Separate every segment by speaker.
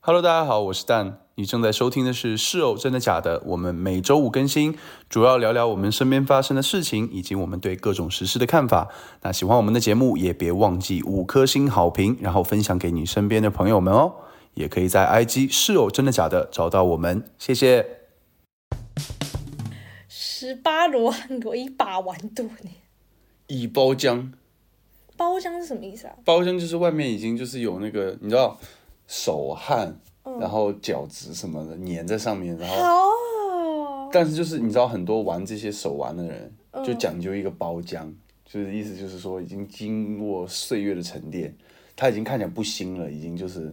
Speaker 1: Hello，大家好，我是蛋。你正在收听的是《是哦，真的假的》，我们每周五更新，主要聊聊我们身边发生的事情，以及我们对各种时事的看法。那喜欢我们的节目，也别忘记五颗星好评，然后分享给你身边的朋友们哦。也可以在 IG 是哦，真的假的找到我们，谢谢。
Speaker 2: 十八罗汉果一把玩肚呢？
Speaker 1: 以包浆，
Speaker 2: 包浆是什么意思啊？
Speaker 1: 包浆就是外面已经就是有那个，你知道手汗，然后角质什么的粘在上面，然后
Speaker 2: 哦，
Speaker 1: 但是就是你知道，很多玩这些手玩的人，
Speaker 2: 嗯
Speaker 1: 就讲究一个包浆，就是意思就是说，已经经过岁月的沉淀，它已经看起来不新了，已经就是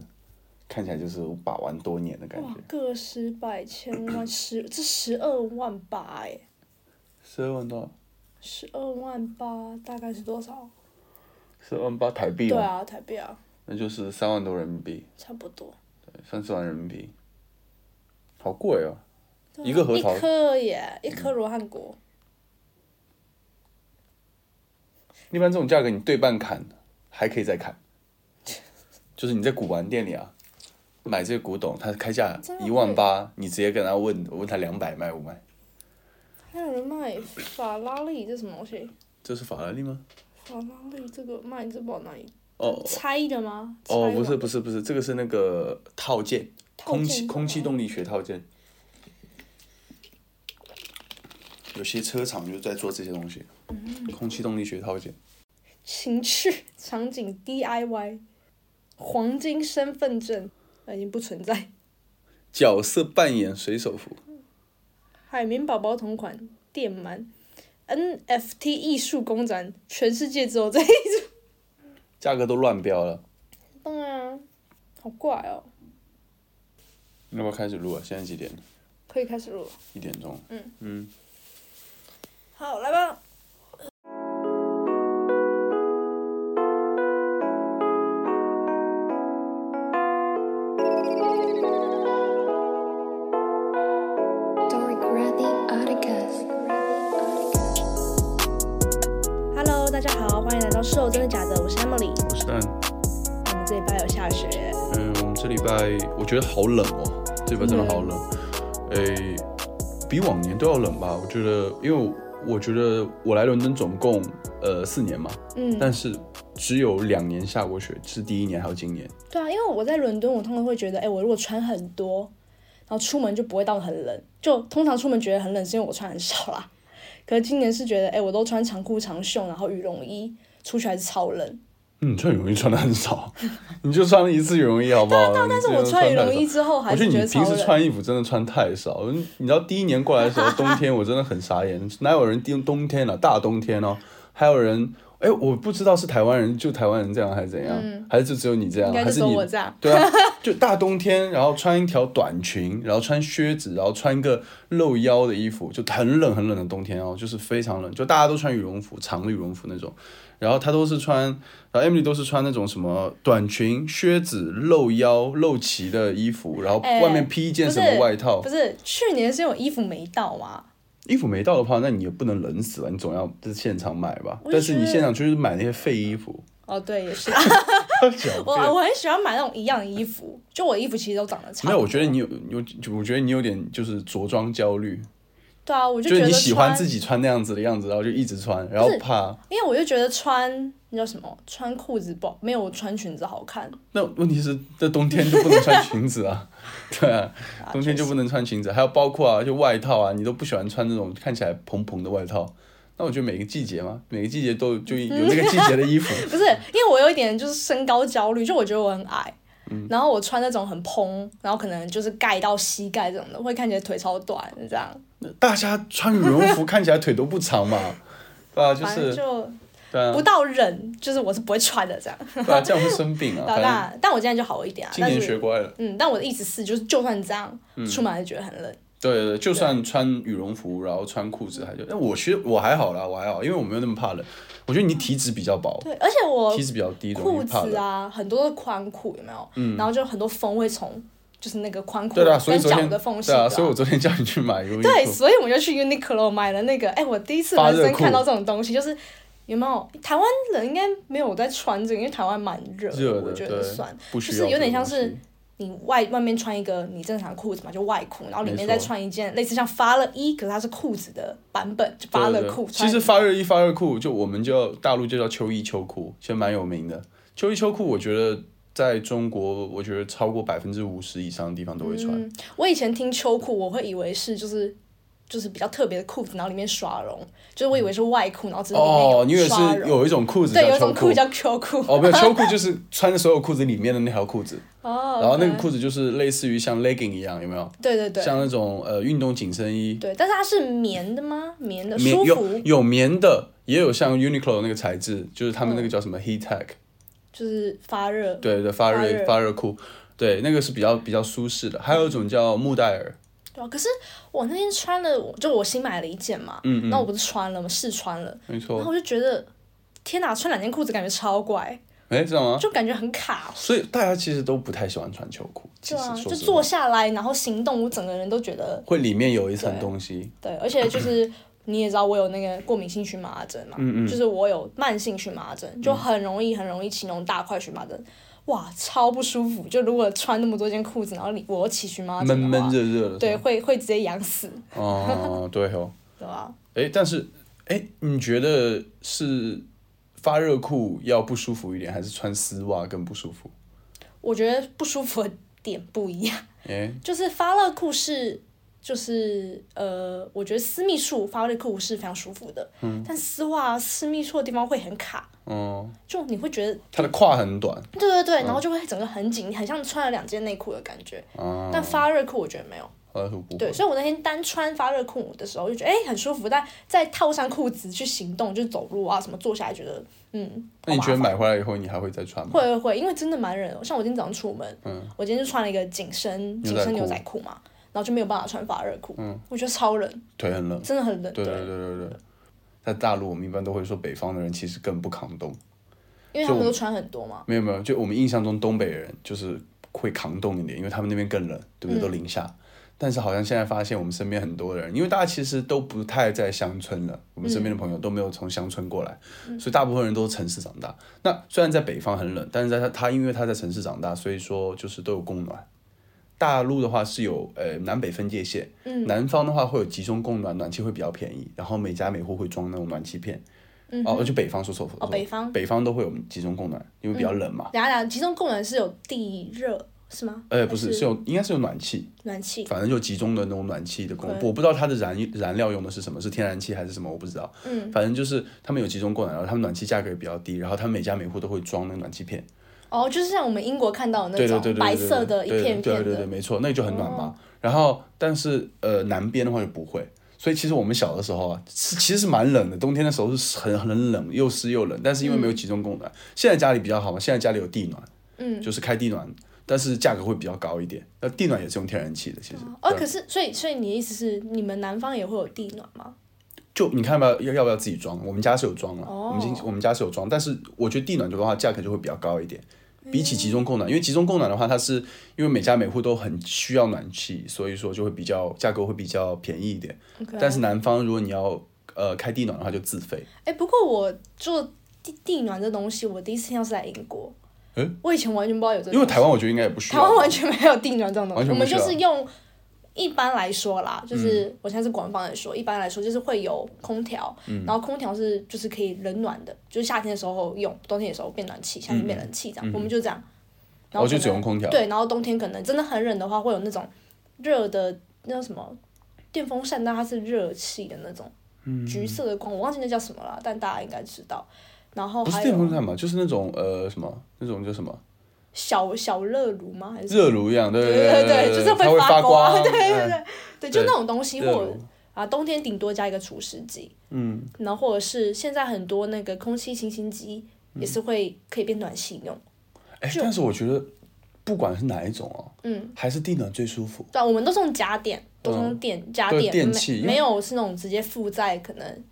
Speaker 1: 看起来就是把玩多年的感
Speaker 2: 哇
Speaker 1: 觉。，
Speaker 2: 个十百千万十，这十二万八哎，
Speaker 1: 十二万多少，
Speaker 2: 十二万八大概是多少？
Speaker 1: 十二万八台币
Speaker 2: 对
Speaker 1: 嘛，
Speaker 2: 啊，台币啊，
Speaker 1: 那就是三万多人民币，
Speaker 2: 差不多。
Speaker 1: 三四万人民币，好贵哦。
Speaker 2: 对啊
Speaker 1: 一个核桃
Speaker 2: 一颗耶，一颗罗汉果，
Speaker 1: 一般这种价格你对半砍，还可以再砍， 就是你在古玩店里啊。买这个古董，他开价
Speaker 2: 真的
Speaker 1: 一万
Speaker 2: 会
Speaker 1: 八，你直接跟他问，我问他两百卖不卖？
Speaker 2: 还有人卖法拉利这什么东西？
Speaker 1: 这是法拉利吗？
Speaker 2: 法拉利这个卖这不知道哪里
Speaker 1: 哦
Speaker 2: 拆的吗？
Speaker 1: 哦，
Speaker 2: 拆
Speaker 1: 不是
Speaker 2: 完
Speaker 1: 不是不是，这个是那个套件，
Speaker 2: 套
Speaker 1: 空
Speaker 2: 件
Speaker 1: 气
Speaker 2: 是
Speaker 1: 空气
Speaker 2: 吗
Speaker 1: 动力学套件。有些车厂就在做这些东西，空气动力学套件。
Speaker 2: 情趣场景 DIY，黄金身份证呃已经不存在，
Speaker 1: 角色扮演水手服，
Speaker 2: 海绵宝宝同款电鳗，NFT 艺术公展，全世界只有这一种。
Speaker 1: 价格都乱标了。
Speaker 2: 当然啊，好怪哦。
Speaker 1: 要不要开始录啊？现在几点？
Speaker 2: 可以开始录了。
Speaker 1: 一点钟。嗯嗯，
Speaker 2: 好，来吧。
Speaker 3: Dorgrady Artigas.
Speaker 2: Hello，大家好，欢迎来到《是哦真的假的》，我是 Emily。
Speaker 1: 我是蛋。
Speaker 2: 我们这一拜有下雪，
Speaker 1: 嗯，我们这礼拜我觉得好冷哦，这礼拜真的好冷，诶、比往年都要冷吧？我觉得，因为我觉得我来伦敦总共呃四年嘛，
Speaker 2: 嗯
Speaker 1: 但是只有两年下过雪，是第一年还有今年。
Speaker 2: 对啊，因为我在伦敦，我通常会觉得，哎、我如果穿很多，然后出门就不会到很冷。就通常出门觉得很冷，是因为我穿很少啦。可是今年是觉得，哎、我都穿长裤、长袖，然后羽绒衣，出去还是超冷。
Speaker 1: 嗯，穿羽绒衣穿的很 少，你就穿了一次羽绒衣好不好？但
Speaker 2: 啊但是我穿羽绒衣。之后，
Speaker 1: 我
Speaker 2: 还
Speaker 1: 觉得
Speaker 2: 是
Speaker 1: 你
Speaker 2: 觉得
Speaker 1: 平
Speaker 2: 超
Speaker 1: 时
Speaker 2: 冷。
Speaker 1: 穿衣服真的穿太少，嗯你知道第一年过来的时候，冬天我真的很傻眼，哪有人冬冬天了、大冬天哦，还有人，哎，我不知道是台湾人就台湾人这样还是怎样，还是就只有你这样，
Speaker 2: 嗯应该
Speaker 1: 还
Speaker 2: 就是只有
Speaker 1: 你
Speaker 2: 我这样
Speaker 1: 对啊， 就大冬天，然后穿一条短裙，然后穿靴子，然后穿一个露腰的衣服，就很冷很冷的冬天哦，就是非常冷，就大家都穿羽绒服，长的羽绒服那种。然后她都是穿，然后 Emily 都是穿那种什么短裙、靴子、露腰、露脐的衣服，然后
Speaker 2: 哎
Speaker 1: 外面披一件
Speaker 2: 不
Speaker 1: 什
Speaker 2: 是
Speaker 1: 么外套
Speaker 2: 不。是去年是因为我衣服没到嘛？
Speaker 1: 衣服没到的话，那你也不能冷死吧？你总要在现场买吧。
Speaker 2: 我也
Speaker 1: 但是你
Speaker 2: 觉得
Speaker 1: 现场就是买那些废衣 服，
Speaker 2: 哦，对，也是。
Speaker 1: 狡
Speaker 2: 我
Speaker 1: 辩
Speaker 2: 我很喜欢买那种一样的衣服，就我的衣服其实都长得差不多。
Speaker 1: 没有，我觉得你有有，就我觉得你有点就是着装焦虑。
Speaker 2: 对啊，我就
Speaker 1: 就
Speaker 2: 觉
Speaker 1: 是
Speaker 2: 得
Speaker 1: 你喜欢
Speaker 2: 穿
Speaker 1: 自己穿那样子的样子，然后就一直穿，然后怕。
Speaker 2: 因为我就觉得穿那叫什么，穿裤子不好没有我穿裙子好看。
Speaker 1: 那问题是，在冬天就不能穿裙子 啊，对啊，
Speaker 2: 啊
Speaker 1: 冬天就不能穿裙子，还有包括啊，就外套啊，你都不喜欢穿那种看起来蓬蓬的外套。那我觉得每个季节嘛，每个季节都就有那个季节的衣 服。
Speaker 2: 不是，因为我有一点就是身高焦虑，就我觉得我很矮，
Speaker 1: 嗯
Speaker 2: 然后我穿那种很蓬，然后可能就是盖到膝盖这种的，会看起来腿超短这样。
Speaker 1: 大家穿羽绒服看起来腿都不长嘛，对啊，就
Speaker 2: 反正
Speaker 1: 是
Speaker 2: 就
Speaker 1: 对啊
Speaker 2: 不，到人，就是我是不会穿的这样。
Speaker 1: 对啊，这样会生病啊。
Speaker 2: 老
Speaker 1: 反正
Speaker 2: 大，但我现在就好一点啊。
Speaker 1: 今
Speaker 2: 但
Speaker 1: 年学嗯
Speaker 2: 是，
Speaker 1: 乖了，
Speaker 2: 嗯，但我的意思是，就是就算这样，出门还是觉得很冷。
Speaker 1: 对对对，就算穿羽绒服，然后穿裤子还就，那哎我其实我还好啦，我还好，因为我没有那么怕冷。我觉得你体脂比较薄，
Speaker 2: 对，而且我
Speaker 1: 体脂比较低，容
Speaker 2: 哦裤
Speaker 1: 易怕
Speaker 2: 子
Speaker 1: 冷。
Speaker 2: 啊，很多的宽裤有没有？然后就很多风会从就是那个宽
Speaker 1: 嗯
Speaker 2: 裤
Speaker 1: 对啊，所以
Speaker 2: 跟
Speaker 1: 昨
Speaker 2: 脚
Speaker 1: 天
Speaker 2: 的缝隙
Speaker 1: 对啊，
Speaker 2: 吧
Speaker 1: 所以我昨天叫你去买优衣
Speaker 2: 对，
Speaker 1: 库，
Speaker 2: 所以我就去 Uniqlo 买了那个，哎、我第一次人
Speaker 1: 发热
Speaker 2: 生
Speaker 1: 裤
Speaker 2: 看到这种东西，就是有没有台湾人应该没有在穿这个，因为台湾蛮热的，
Speaker 1: 热的
Speaker 2: 我觉得
Speaker 1: 对
Speaker 2: 算，
Speaker 1: 不需
Speaker 2: 就
Speaker 1: 要
Speaker 2: 是
Speaker 1: 这
Speaker 2: 有
Speaker 1: 个
Speaker 2: 点像
Speaker 1: 东西
Speaker 2: 是你外外面穿一个你正常裤子嘛，就外裤，然后里
Speaker 1: 没
Speaker 2: 面
Speaker 1: 错
Speaker 2: 再穿一件类似像发热衣，可是它是裤子的版本，就发
Speaker 1: 对
Speaker 2: 热
Speaker 1: 对
Speaker 2: 裤。
Speaker 1: 其实发热衣、发热裤，就我们叫大陆就叫秋衣秋裤，其实蛮有名的。秋衣秋裤，我觉得在中国，我觉得超过百分之五十以上的地方都会穿。
Speaker 2: 嗯，我以前听秋裤，我会以为是就是就是比较特别的裤子，然后里面刷绒，嗯就是我以为是外裤，然后只是里面
Speaker 1: 嗯哦，你以为
Speaker 2: 刷
Speaker 1: 是
Speaker 2: 绒
Speaker 1: 有一种裤子
Speaker 2: 对，有
Speaker 1: 叫
Speaker 2: 一
Speaker 1: 秋
Speaker 2: 种
Speaker 1: 裤
Speaker 2: 裤？叫秋裤。
Speaker 1: 哦，没有，秋裤就是穿着所有裤子里面的那条裤子，
Speaker 2: 哦，
Speaker 1: 然后那个
Speaker 2: OK
Speaker 1: 裤子就是类似于像 legging 一样，有没有？
Speaker 2: 对对对
Speaker 1: 像那种呃运动紧身衣，
Speaker 2: 对，但是它是棉的吗？棉的
Speaker 1: 棉
Speaker 2: 舒
Speaker 1: 有
Speaker 2: 服，
Speaker 1: 有棉的，也有像 Uniqlo 那个材质，就是他们那个叫什么 Heat Tech，、
Speaker 2: 就是发热。
Speaker 1: 对对，发
Speaker 2: 发
Speaker 1: 热
Speaker 2: 热
Speaker 1: 发热裤，对，那个是比较比较舒适的。还有一种叫木戴尔，
Speaker 2: 对啊，可是我那天穿了，就我新买了一件嘛，
Speaker 1: 嗯哦
Speaker 2: 那
Speaker 1: 嗯，
Speaker 2: 我不是穿了吗？试穿了，
Speaker 1: 没
Speaker 2: 然后
Speaker 1: 错，
Speaker 2: 我就觉得，天哪，穿两件裤子感觉超怪，
Speaker 1: 哎，知道吗？
Speaker 2: 就感觉很卡。
Speaker 1: 所以大家其实都不太喜欢穿秋裤，其
Speaker 2: 对
Speaker 1: 实
Speaker 2: 啊，
Speaker 1: 说
Speaker 2: 就
Speaker 1: 实话
Speaker 2: 坐，下来，然后行动，我整个人都觉得
Speaker 1: 会里面有一层
Speaker 2: 对
Speaker 1: 东西，
Speaker 2: 对，而且就是 你也知道我有那个过敏性荨麻疹嘛，
Speaker 1: 嗯
Speaker 2: 就是我有慢性荨麻疹，就很容易很容易起那种大块荨麻疹，哇，超不舒服。就如果穿那么多件裤子，然后你我又起荨麻
Speaker 1: 闷
Speaker 2: 疹的
Speaker 1: 闷
Speaker 2: 话，
Speaker 1: 热热的。
Speaker 2: 对，，会会直接痒死，
Speaker 1: 哦，对哦，
Speaker 2: 对吧？
Speaker 1: 哎，但是，哎，你觉得是发热裤要不舒服一点，还是穿丝袜更不舒服？
Speaker 2: 我觉得不舒服的点不一样，
Speaker 1: 哎，
Speaker 2: 就是发热裤是。就是呃，我觉得私密处发热裤是非常舒服的，
Speaker 1: 嗯
Speaker 2: 但丝袜私密处的地方会很卡，
Speaker 1: 哦，
Speaker 2: 就你会觉得
Speaker 1: 它的胯很短，
Speaker 2: 对对
Speaker 1: 嗯
Speaker 2: 对，然后就会整个很紧，很像穿了两件内裤的感觉。
Speaker 1: 啊，
Speaker 2: 但发热裤我觉得没有，
Speaker 1: 发热裤不
Speaker 2: 对，
Speaker 1: 会。
Speaker 2: 所以我那天单穿发热裤的时候就觉得哎、诶很舒服，但再套上裤子去行动，就走路啊什么坐下来，觉得嗯，
Speaker 1: 那你
Speaker 2: 好
Speaker 1: 觉得
Speaker 2: 麻烦
Speaker 1: 买回来以后你还会再穿吗？
Speaker 2: 会会会，因为真的蛮冷的，像我今天早上出门，我今天就穿了一个紧身
Speaker 1: 嗯牛
Speaker 2: 紧
Speaker 1: 仔
Speaker 2: 身牛
Speaker 1: 裤
Speaker 2: 仔裤嘛，然后就没有办法穿发热裤，我觉得超冷，
Speaker 1: 腿很冷。
Speaker 2: 真的很冷，
Speaker 1: 对对对对对，在大陆我们一般都会说北方的人其实更不抗冻，
Speaker 2: 因为他们都穿很多嘛，
Speaker 1: 没有没有，就我们印象中东北人就是会扛冻一点，因为他们那边更冷，对
Speaker 2: 嗯
Speaker 1: 不对？都零下。但是好像现在发现我们身边很多人，因为大家其实都不太在乡村了，我们身边的朋友都没有从乡村过来，
Speaker 2: 嗯
Speaker 1: 所以大部分人都是城市长大。那虽然在北方很冷，但是在他他因为他在城市长大，所以说就是都有供暖。大陆的话是有呃南北分界线，
Speaker 2: 嗯
Speaker 1: 南方的话会有集中供暖，暖气会比较便宜，然后每家每户会装那种暖气片。哦，就北方说错
Speaker 2: 嗯哦北方
Speaker 1: 北方都会有集中供暖，因为比较冷嘛。
Speaker 2: 等一下等一下，其中供暖是有地热是吗？
Speaker 1: 呃，
Speaker 2: 还
Speaker 1: 不是，是有应该是有暖气，
Speaker 2: 暖气，
Speaker 1: 反正就集中的那种暖气的供，
Speaker 2: 对
Speaker 1: 我不知道它的燃燃料用的是什么，是天然气还是什么，我不知道。嗯，反正就是他们有集中供暖，然后他们暖气价格也比较低，然后他们每家每户都会装那个暖气片，
Speaker 2: 哦，就是像我们英国看到的
Speaker 1: 对
Speaker 2: 那
Speaker 1: 对对对对，
Speaker 2: 种白色的一
Speaker 1: 对
Speaker 2: 片一
Speaker 1: 对对
Speaker 2: 片
Speaker 1: 对对，
Speaker 2: 的，哦
Speaker 1: 没错，那个就很暖嘛。然后，但是呃，南边的话就不会。所以其实我们小的时候啊，是其实是蛮冷的，冬天的时候是很很冷，又湿又冷。但是因为没有集中
Speaker 2: 嗯
Speaker 1: 供暖，现在家里比较好嘛，现在家里有地暖，嗯，就是开地暖，但是价格会比较高一点。那地暖也是用天然气的，其实。
Speaker 2: 哦，可是所以所以你的意思是你们南方也会有地暖吗？
Speaker 1: 就你看吧，要要不要自己装？我们家是有装了，
Speaker 2: 哦
Speaker 1: 我们家我们家是有装，但是我觉得地暖的话价格就会比较高一点，
Speaker 2: 嗯
Speaker 1: 比起集中供暖，因为集中供暖的话，它是因为每家每户都很需要暖气，所以说就会比较价格会比较便宜一点。但是南方如果你要呃开地暖的话，就自费。
Speaker 2: 哎、不过我做地地暖这东西，我第一次听到是在英国。
Speaker 1: 诶
Speaker 2: 我以前完全不知道有这
Speaker 1: 因为
Speaker 2: 东西。
Speaker 1: 台湾我觉得应该也不需
Speaker 2: 台
Speaker 1: 要
Speaker 2: 湾，完全没有地暖这种东
Speaker 1: 完
Speaker 2: 西，
Speaker 1: 全
Speaker 2: 我
Speaker 1: 不
Speaker 2: 们
Speaker 1: 需
Speaker 2: 就
Speaker 1: 要嗯
Speaker 2: 是用一般来说啦，就是我现在是官方来说，一般来说就是会有空调，
Speaker 1: 嗯
Speaker 2: 然后空调是就是可以冷暖的，就是夏天的时候用，冬天的时候变暖气，夏天变冷
Speaker 1: 嗯
Speaker 2: 气这样，我们就这样。然
Speaker 1: 我
Speaker 2: 后
Speaker 1: 哦就
Speaker 2: 可
Speaker 1: 只
Speaker 2: 能
Speaker 1: 用空调。
Speaker 2: 对，然后冬天可能真的很冷的话，会有那种热的那叫什么电风扇，但它是热气的那种，
Speaker 1: 嗯
Speaker 2: 橘色的光，我忘记那叫什么了，但大家应该知道。然后
Speaker 1: 不是
Speaker 2: 还
Speaker 1: 电风
Speaker 2: 有
Speaker 1: 扇嘛，就是那种呃什么那种叫什么
Speaker 2: 小小热炉吗？还是
Speaker 1: 热炉一样，对
Speaker 2: 对
Speaker 1: 对
Speaker 2: 对对，就是
Speaker 1: 它会
Speaker 2: 发
Speaker 1: 光，
Speaker 2: 对对
Speaker 1: 哎
Speaker 2: 对对，就
Speaker 1: 对
Speaker 2: 那种东西，或
Speaker 1: 热炉
Speaker 2: 者啊，冬天顶多加一个除湿机，嗯，然后或者是现在很多那个空气清新机
Speaker 1: 嗯
Speaker 2: 也是会可以变暖气用。
Speaker 1: 哎，但是我觉得不管是哪一种哦，嗯，还是地暖最舒服。
Speaker 2: 对啊，我们都是用家电，都是用电、家
Speaker 1: 嗯对
Speaker 2: 电，
Speaker 1: 电器因为
Speaker 2: 没没有是那种直接附在可能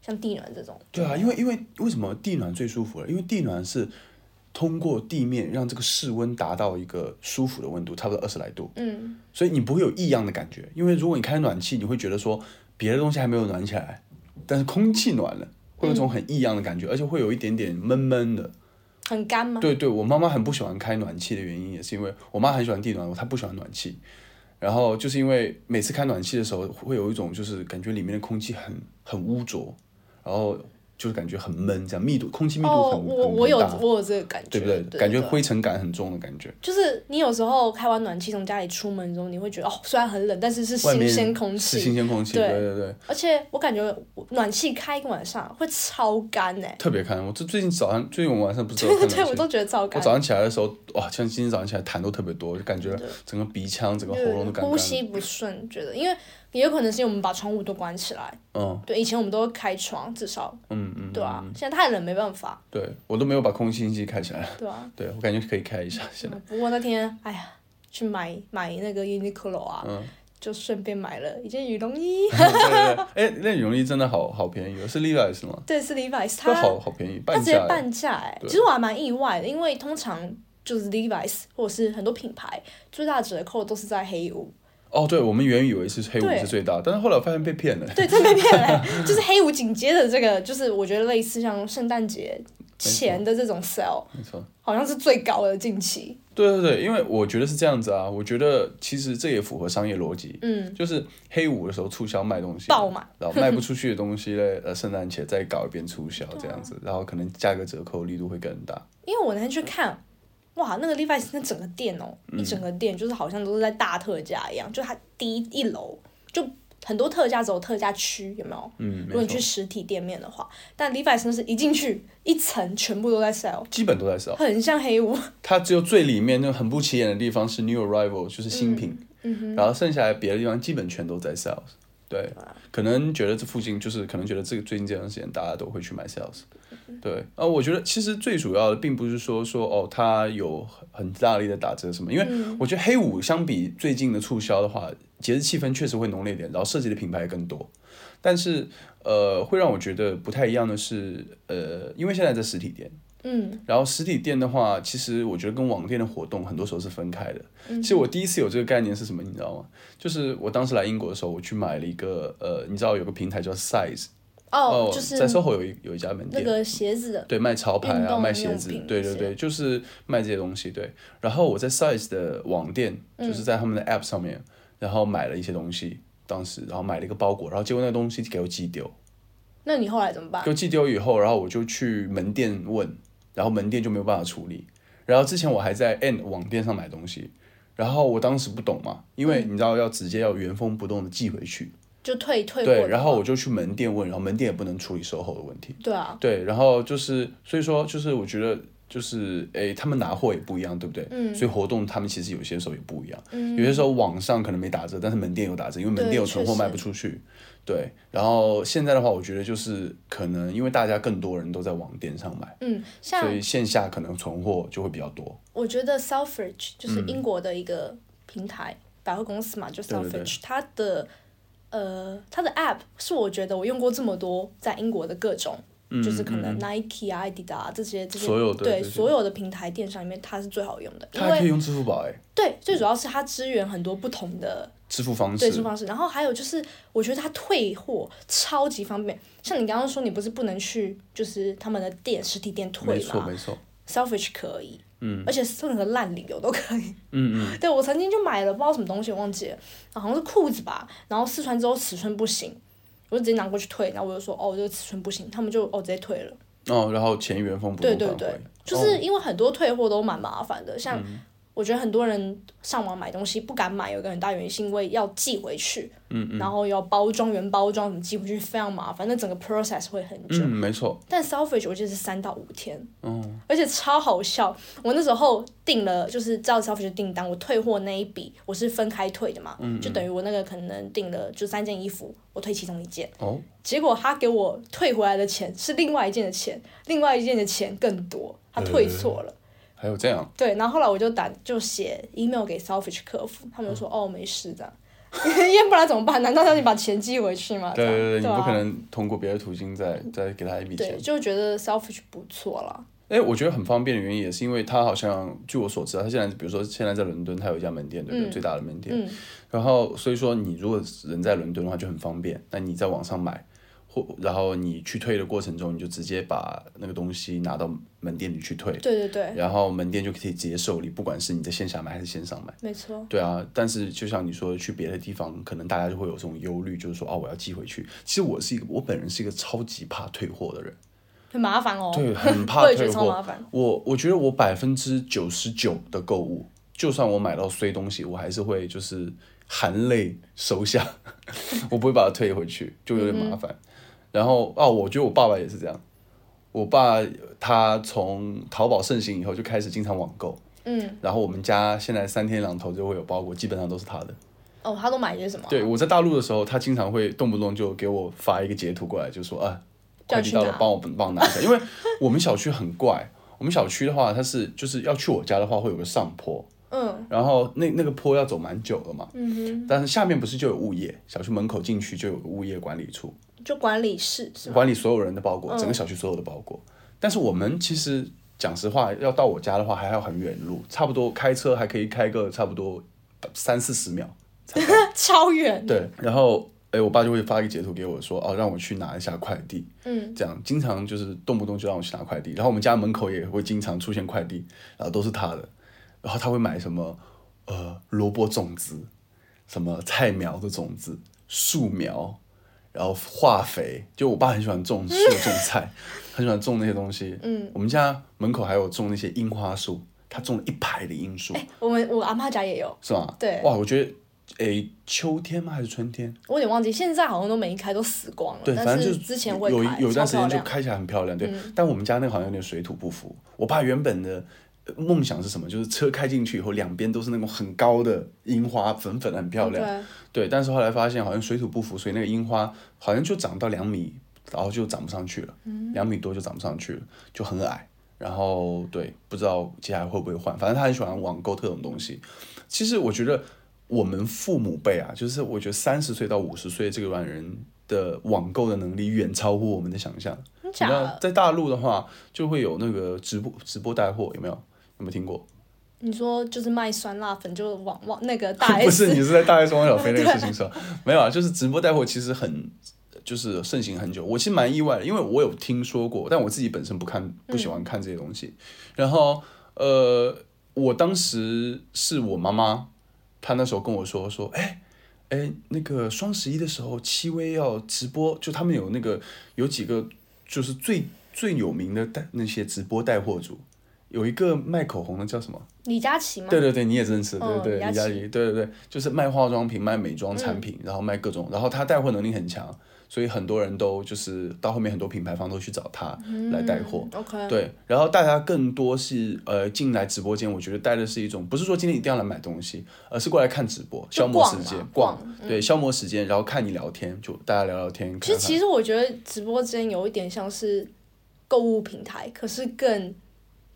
Speaker 2: 像地暖这种。
Speaker 1: 对啊，因为因为为什么地暖最舒服了？因为地暖是通过地面让这个室温达到一个舒服的温度，差不多二十来度，
Speaker 2: 嗯，
Speaker 1: 所以你不会有异样的感觉。因为如果你开暖气，你会觉得说别的东西还没有暖起嗯来，但是空气暖了，会有一种很异样的感觉，而且会有一点点闷闷的。
Speaker 2: 很干吗？
Speaker 1: 对对，我妈妈很不喜欢开暖气的原因，也是因为我妈很喜欢地暖，她不喜欢暖气。然后就是因为每次开暖气的时候，会有一种就是感觉里面的空气很很污浊，然后就是感觉很闷，这样密度空气密度
Speaker 2: 哦，
Speaker 1: 很、
Speaker 2: 我
Speaker 1: 很
Speaker 2: 我有
Speaker 1: 很大，
Speaker 2: 我有这个感觉，
Speaker 1: 对不对？感觉灰尘感很重的感觉。
Speaker 2: 就是你有时候开完暖气从家里出门之后，你会觉得哦，虽然很冷，但是是
Speaker 1: 外
Speaker 2: 新
Speaker 1: 面
Speaker 2: 鲜空
Speaker 1: 是新
Speaker 2: 气，
Speaker 1: 鲜空气，
Speaker 2: 对
Speaker 1: 对对对，
Speaker 2: 而且我感觉暖气开一个晚上会超干哎、
Speaker 1: 特别看。我这最近早上，最近我晚上不是都
Speaker 2: 对
Speaker 1: 有
Speaker 2: 对
Speaker 1: 看
Speaker 2: 对，
Speaker 1: 暖
Speaker 2: 我
Speaker 1: 气。
Speaker 2: 都觉得超
Speaker 1: 我
Speaker 2: 干，
Speaker 1: 早上起来的时候，哇，像今天早上起来痰都特别多，就感觉整个鼻腔、整个
Speaker 2: 就
Speaker 1: 喉
Speaker 2: 是
Speaker 1: 咙都干
Speaker 2: 呼
Speaker 1: 干。
Speaker 2: 吸不顺，觉得因为也有可能是因为我们把窗户都关起来，
Speaker 1: 嗯
Speaker 2: 对，以前我们都会开窗，至少
Speaker 1: 嗯嗯，
Speaker 2: 对啊，现在太冷没办法，
Speaker 1: 对我都没有把空气清新机开起来。
Speaker 2: 对啊，
Speaker 1: 对我感觉可以开一下，现 在。
Speaker 2: 不过那天哎呀，去买买那个 Uniqlo 啊，
Speaker 1: 嗯，
Speaker 2: 就顺便买了一件羽绒衣，
Speaker 1: 对对对，哎，那羽绒衣真的好好便宜哦，是 Levi's 吗？
Speaker 2: 对，是 Levi's，
Speaker 1: 这
Speaker 2: 它
Speaker 1: 好好便宜，
Speaker 2: 它
Speaker 1: 半
Speaker 2: 直接
Speaker 1: 价。欸
Speaker 2: 半价哎、
Speaker 1: 对
Speaker 2: 其实我还蛮意外的，因为通常就是 Levi's 或者是很多品牌最大折扣都是在黑五，
Speaker 1: 哦，对，我们原以为是黑五
Speaker 2: 对
Speaker 1: 是最大，但是后来我发现被骗了。
Speaker 2: 对，真被骗了、就是黑五紧接着这个，就是我觉得类似像圣诞节前的这种 sale，
Speaker 1: 没错。
Speaker 2: 好像是最高的近期，
Speaker 1: 对对对，因为我觉得是这样子啊，我觉得其实这也符合商业逻辑，
Speaker 2: 嗯，
Speaker 1: 就是黑五的时候促销卖东西，
Speaker 2: 爆满，
Speaker 1: 然 后卖不出去的东西嘞，呃，圣诞节再搞一遍促销这样
Speaker 2: 啊
Speaker 1: 子，然后可能价格折扣力度会更大。
Speaker 2: 因为我那天去看，哇，那个 Levi's 那整个店哦、一
Speaker 1: 嗯
Speaker 2: 整个店就是好像都是在大特价一样，就它第一一楼就很多特价只有特价区，有没有？
Speaker 1: 嗯，
Speaker 2: 如果
Speaker 1: 没
Speaker 2: 你去
Speaker 1: 错，
Speaker 2: 实体店面的话，但 Levi's 那是一进去一层全部都在 sale，
Speaker 1: 基本都在少，
Speaker 2: 很像黑屋。
Speaker 1: 它只有最里面那个很不起眼的地方是 new arrival，就是新品，然后剩下来别的地方基本全都在 sales。对，可能觉得这附近就是可能觉得这个最近这段时间大家都会去买 sales。对，啊，我觉得其实最主要的并不是说说哦，它有很很大力的打折什么，因为我觉得黑五相比最近的促销的话，节日气氛确实会浓烈一点，然后设计的品牌也更多。但是呃，会让我觉得不太一样的是，呃，因为现在在实体店，
Speaker 2: 嗯，
Speaker 1: 然后实体店的话，其实我觉得跟网店的活动很多时候是分开的。
Speaker 2: 嗯
Speaker 1: 其实我第一次有这个概念是什么，你知道吗？就是我当时来英国的时候，我去买了一个呃，你知道有个平台叫 Size，
Speaker 2: 哦，就是
Speaker 1: 在 SOHO 有一有一家门
Speaker 2: 那
Speaker 1: 店，
Speaker 2: 个鞋子的，
Speaker 1: 对，卖潮牌
Speaker 2: 运
Speaker 1: 啊，
Speaker 2: 动
Speaker 1: 卖
Speaker 2: 用
Speaker 1: 鞋子
Speaker 2: 品，
Speaker 1: 对对
Speaker 2: 这些
Speaker 1: 对，就是卖这些东西。对，然后我在 Size 的网店，
Speaker 2: 嗯
Speaker 1: 就是在他们的 App 上面，然后买了一些东西，当时然后买了一个包裹，然后结果那个东西给我寄丢，
Speaker 2: 那你后来怎么办？
Speaker 1: 就寄丢以后，然后我就去门店问，然后门店就没有办法处理。然后之前我还在 N 网店上买东西，然后我当时不懂嘛，因为你知道要直接要原封不动的寄回去，
Speaker 2: 就退退货的
Speaker 1: 对，
Speaker 2: 话。
Speaker 1: 然后我就去门店问，然后门店也不能处理售后的问题，
Speaker 2: 对啊，
Speaker 1: 对，然后就是所以说就是我觉得。就是诶，他们拿货也不一样，对不对？嗯。所以活动他们其实有些时候也不一样，嗯、有些时候网上可能没打折，但是门店有打折，因为门
Speaker 2: 对
Speaker 1: 店有存货
Speaker 2: 确实
Speaker 1: 卖不出去。对，然后现在的话，我觉得就是可能因为大家更多人都在网店上买，
Speaker 2: 嗯，像
Speaker 1: 所以线下可能存货就会比较多。
Speaker 2: 我觉得 Selfridge 就是英国的一个平台、百货公司嘛，就
Speaker 1: 嗯对对
Speaker 2: Selfridge，
Speaker 1: 对
Speaker 2: 它的呃它的 App 是我觉得我用过这么多在英国的各种，就是可能 Nike 啊、Adidas 啊这些这
Speaker 1: 嗯
Speaker 2: 些
Speaker 1: 所有的
Speaker 2: 对
Speaker 1: 这些
Speaker 2: 所有的平台电商里面，它是最好用的，因
Speaker 1: 它还可以
Speaker 2: 为
Speaker 1: 用支付宝哎，
Speaker 2: 对最主要是它支援很多不同的
Speaker 1: 支付方
Speaker 2: 对
Speaker 1: 式
Speaker 2: 支付方式，然后还有就是，我觉得它退货超级方便。像你刚刚说，你不是不能去就是他们的店实体店退
Speaker 1: 没
Speaker 2: 吗？
Speaker 1: 错没错，
Speaker 2: Selfish 可以，嗯，而且任何烂理由都可以，嗯 嗯。对我曾经就买了不知道什么东西，我忘记了，啊好像是裤子吧，然后试穿之后尺寸不行，我就直接拿过去退，然后我就说哦，这个尺寸不行，他们就哦直接退了。
Speaker 1: 哦，然后钱原封不动
Speaker 2: 对
Speaker 1: 返
Speaker 2: 对
Speaker 1: 回，
Speaker 2: 对，就是因为很多退货都蛮麻烦的，像我觉得很多人上网买东西不敢买，有一个很大原因是因为要寄回去，嗯嗯，然后要包装原包装，你寄回去非常麻烦，那整个 process 会很久。
Speaker 1: 嗯，没错，
Speaker 2: 但 Selfish 我记得是三到五天，
Speaker 1: 嗯
Speaker 2: 而且超好笑。我那时候订了，就是照 Selfish 的订单，我退货那一笔我是分开退的嘛，
Speaker 1: 嗯
Speaker 2: 就等于我那个可能订了就三件衣服，我退其中一件，
Speaker 1: 哦，
Speaker 2: 结果他给我退回来的钱是另外一件的钱，另外一件的钱更多，他退错了。
Speaker 1: 还有这样，
Speaker 2: 对，然后后来我就打就写 email 给 Selfish 客服，他们就说、
Speaker 1: 嗯
Speaker 2: 哦没事这样， 因为不然怎么办？难道让你把钱寄回去吗？
Speaker 1: 对
Speaker 2: 这样
Speaker 1: 对对，你
Speaker 2: 啊
Speaker 1: 不可能通过别的途径再再给他一笔
Speaker 2: 对，
Speaker 1: 钱。
Speaker 2: 就觉得 Selfish 不错啦。
Speaker 1: 哎，我觉得很方便的原因也是因为它好像，据我所知啊，它现在比如说现在在伦敦，它有一家门店，对不对？最大的门店。然后所以说你如果人在伦敦的话就很方便，那你在网上买，或然后你去退的过程中，你就直接把那个东西拿到门店里去退，
Speaker 2: 对对对，
Speaker 1: 然后门店就可以直接受理，不管是你在线下买还是线上买。
Speaker 2: 没错，
Speaker 1: 对啊，但是就像你说的，去别的地方，可能大家就会有这种忧虑，就是说，哦，我要寄回去。其实我是一个，我本人是一个超级怕退货的人，
Speaker 2: 很麻烦哦。
Speaker 1: 对，很怕
Speaker 2: 我也觉
Speaker 1: 退
Speaker 2: 得超麻
Speaker 1: 货。
Speaker 2: 烦。
Speaker 1: 我我觉得我百分之九十九的购物，就算我买到衰东西，我还是会就是含泪收下， 我不会把它退回去，就
Speaker 2: 嗯
Speaker 1: 有点麻烦。然后啊，我觉得我爸爸也是这样，我爸他从淘宝盛行以后就开始经常网购，
Speaker 2: 嗯，
Speaker 1: 然后我们家现在三天两头就会有包裹，基本上都是他的。
Speaker 2: 哦，他都买些什么？
Speaker 1: 对，我在大陆的时候，他经常会动不动就给我发一个截图过来，就说啊，
Speaker 2: 叫
Speaker 1: 快递
Speaker 2: 你去
Speaker 1: 到了
Speaker 2: 拿，
Speaker 1: 帮我帮我拿一下。因为我们小区很怪，我们小区的话，它是就是要去我家的话，会有个上坡，
Speaker 2: 嗯
Speaker 1: 然后那那个坡要走蛮久的嘛。
Speaker 2: 嗯
Speaker 1: 但是下面不是就有物业，小区门口进去就有个物业管理处，
Speaker 2: 哼，就管理室是吗？
Speaker 1: 管理所有人的包裹，整个小区所有的包裹。
Speaker 2: 嗯
Speaker 1: 但是我们其实讲实话，要到我家的话还要很远路，差不多开车还可以开个差不多三四十秒。
Speaker 2: 超远。
Speaker 1: 对，然后哎，我爸就会发一个截图给我说，哦，让我去拿一下快递，
Speaker 2: 嗯，
Speaker 1: 这样经常就是动不动就让我去拿快递，然后我们家门口也会经常出现快递，然后都是他的，然后他会买什么呃萝卜种子，什么菜苗的种子、树苗，然后化肥，就我爸很喜欢种树、种菜，很喜欢种那些东西。嗯，我们家门口还有种那些樱花树，他种了一排的樱树，
Speaker 2: 我们我阿妈家也有，
Speaker 1: 是吧？
Speaker 2: 哎对
Speaker 1: 哇，我觉得。诶，秋天吗？还是春天？
Speaker 2: 我有点忘记，现在好像都没开，都死光了。
Speaker 1: 对，反
Speaker 2: 但
Speaker 1: 正就是
Speaker 2: 之前会
Speaker 1: 有一
Speaker 2: 开，
Speaker 1: 有一段时
Speaker 2: 超漂
Speaker 1: 间就
Speaker 2: 亮。嗯
Speaker 1: 开起来很漂亮，对。但我们家那个好像有点水土不服。我爸原本的呃梦想是什么？就是车开进去以后，两边都是那种很高的樱花，粉粉的，很漂亮。
Speaker 2: 哦对，
Speaker 1: 对，但是后来发现好像水土不服，所以那个樱花好像就长不到两米，然后就长不上去了，
Speaker 2: 嗯
Speaker 1: 两、米多就长不上去了，就很矮。然后对，不知道接下来会不会换，反正他很喜欢网购这种东西。其实我觉得我们父母辈啊，就是我觉得三十岁到五十岁这个段人的网购的能力远超乎我们的想象。
Speaker 2: 真假
Speaker 1: 那
Speaker 2: 的？
Speaker 1: 在大陆的话，就会有那个直播直播带货，有没有？有没有听过？
Speaker 2: 你说就是卖酸辣粉，就往往那个 大 S，
Speaker 1: 不是，你是在大 S 汪小菲那 个事情上，没有啊，就是直播带货其实很就是盛行很久，我其实蛮意外的，因为我有听说过，但我自己本身不看不
Speaker 2: 嗯
Speaker 1: 喜欢看这些东西。然后呃，我当时是我妈妈，她那时候跟我说说，哎。哎，那个双十一的时候，戚薇要直播，就他们有那个有几个就是最最有名的带那些直播带货主，有一个卖口红的叫什么？
Speaker 2: 李佳琦吗？
Speaker 1: 对对对，你也认识，对
Speaker 2: 嗯
Speaker 1: 对对，
Speaker 2: 李佳
Speaker 1: 李佳
Speaker 2: 琦
Speaker 1: 琦，对对对，就是卖化妆品、卖美
Speaker 2: 嗯
Speaker 1: 妆产品，然后卖各种，然后他带货能力很强，所以很多人都就是到后面很多品牌方都去找他来带货。
Speaker 2: 嗯 OK，
Speaker 1: 对，然后大家更多是呃进来直播间，我觉得带的是一种，不是说今天一定要来买东西，而是过来看直播，
Speaker 2: 就
Speaker 1: 消磨
Speaker 2: 逛
Speaker 1: 时间
Speaker 2: 嘛，
Speaker 1: 逛
Speaker 2: 逛，嗯
Speaker 1: 对，消磨时间，然后看你聊天，就大家聊聊天。
Speaker 2: 其
Speaker 1: 看
Speaker 2: 实
Speaker 1: 看
Speaker 2: 其实我觉得直播间有一点像是购物平台，可是更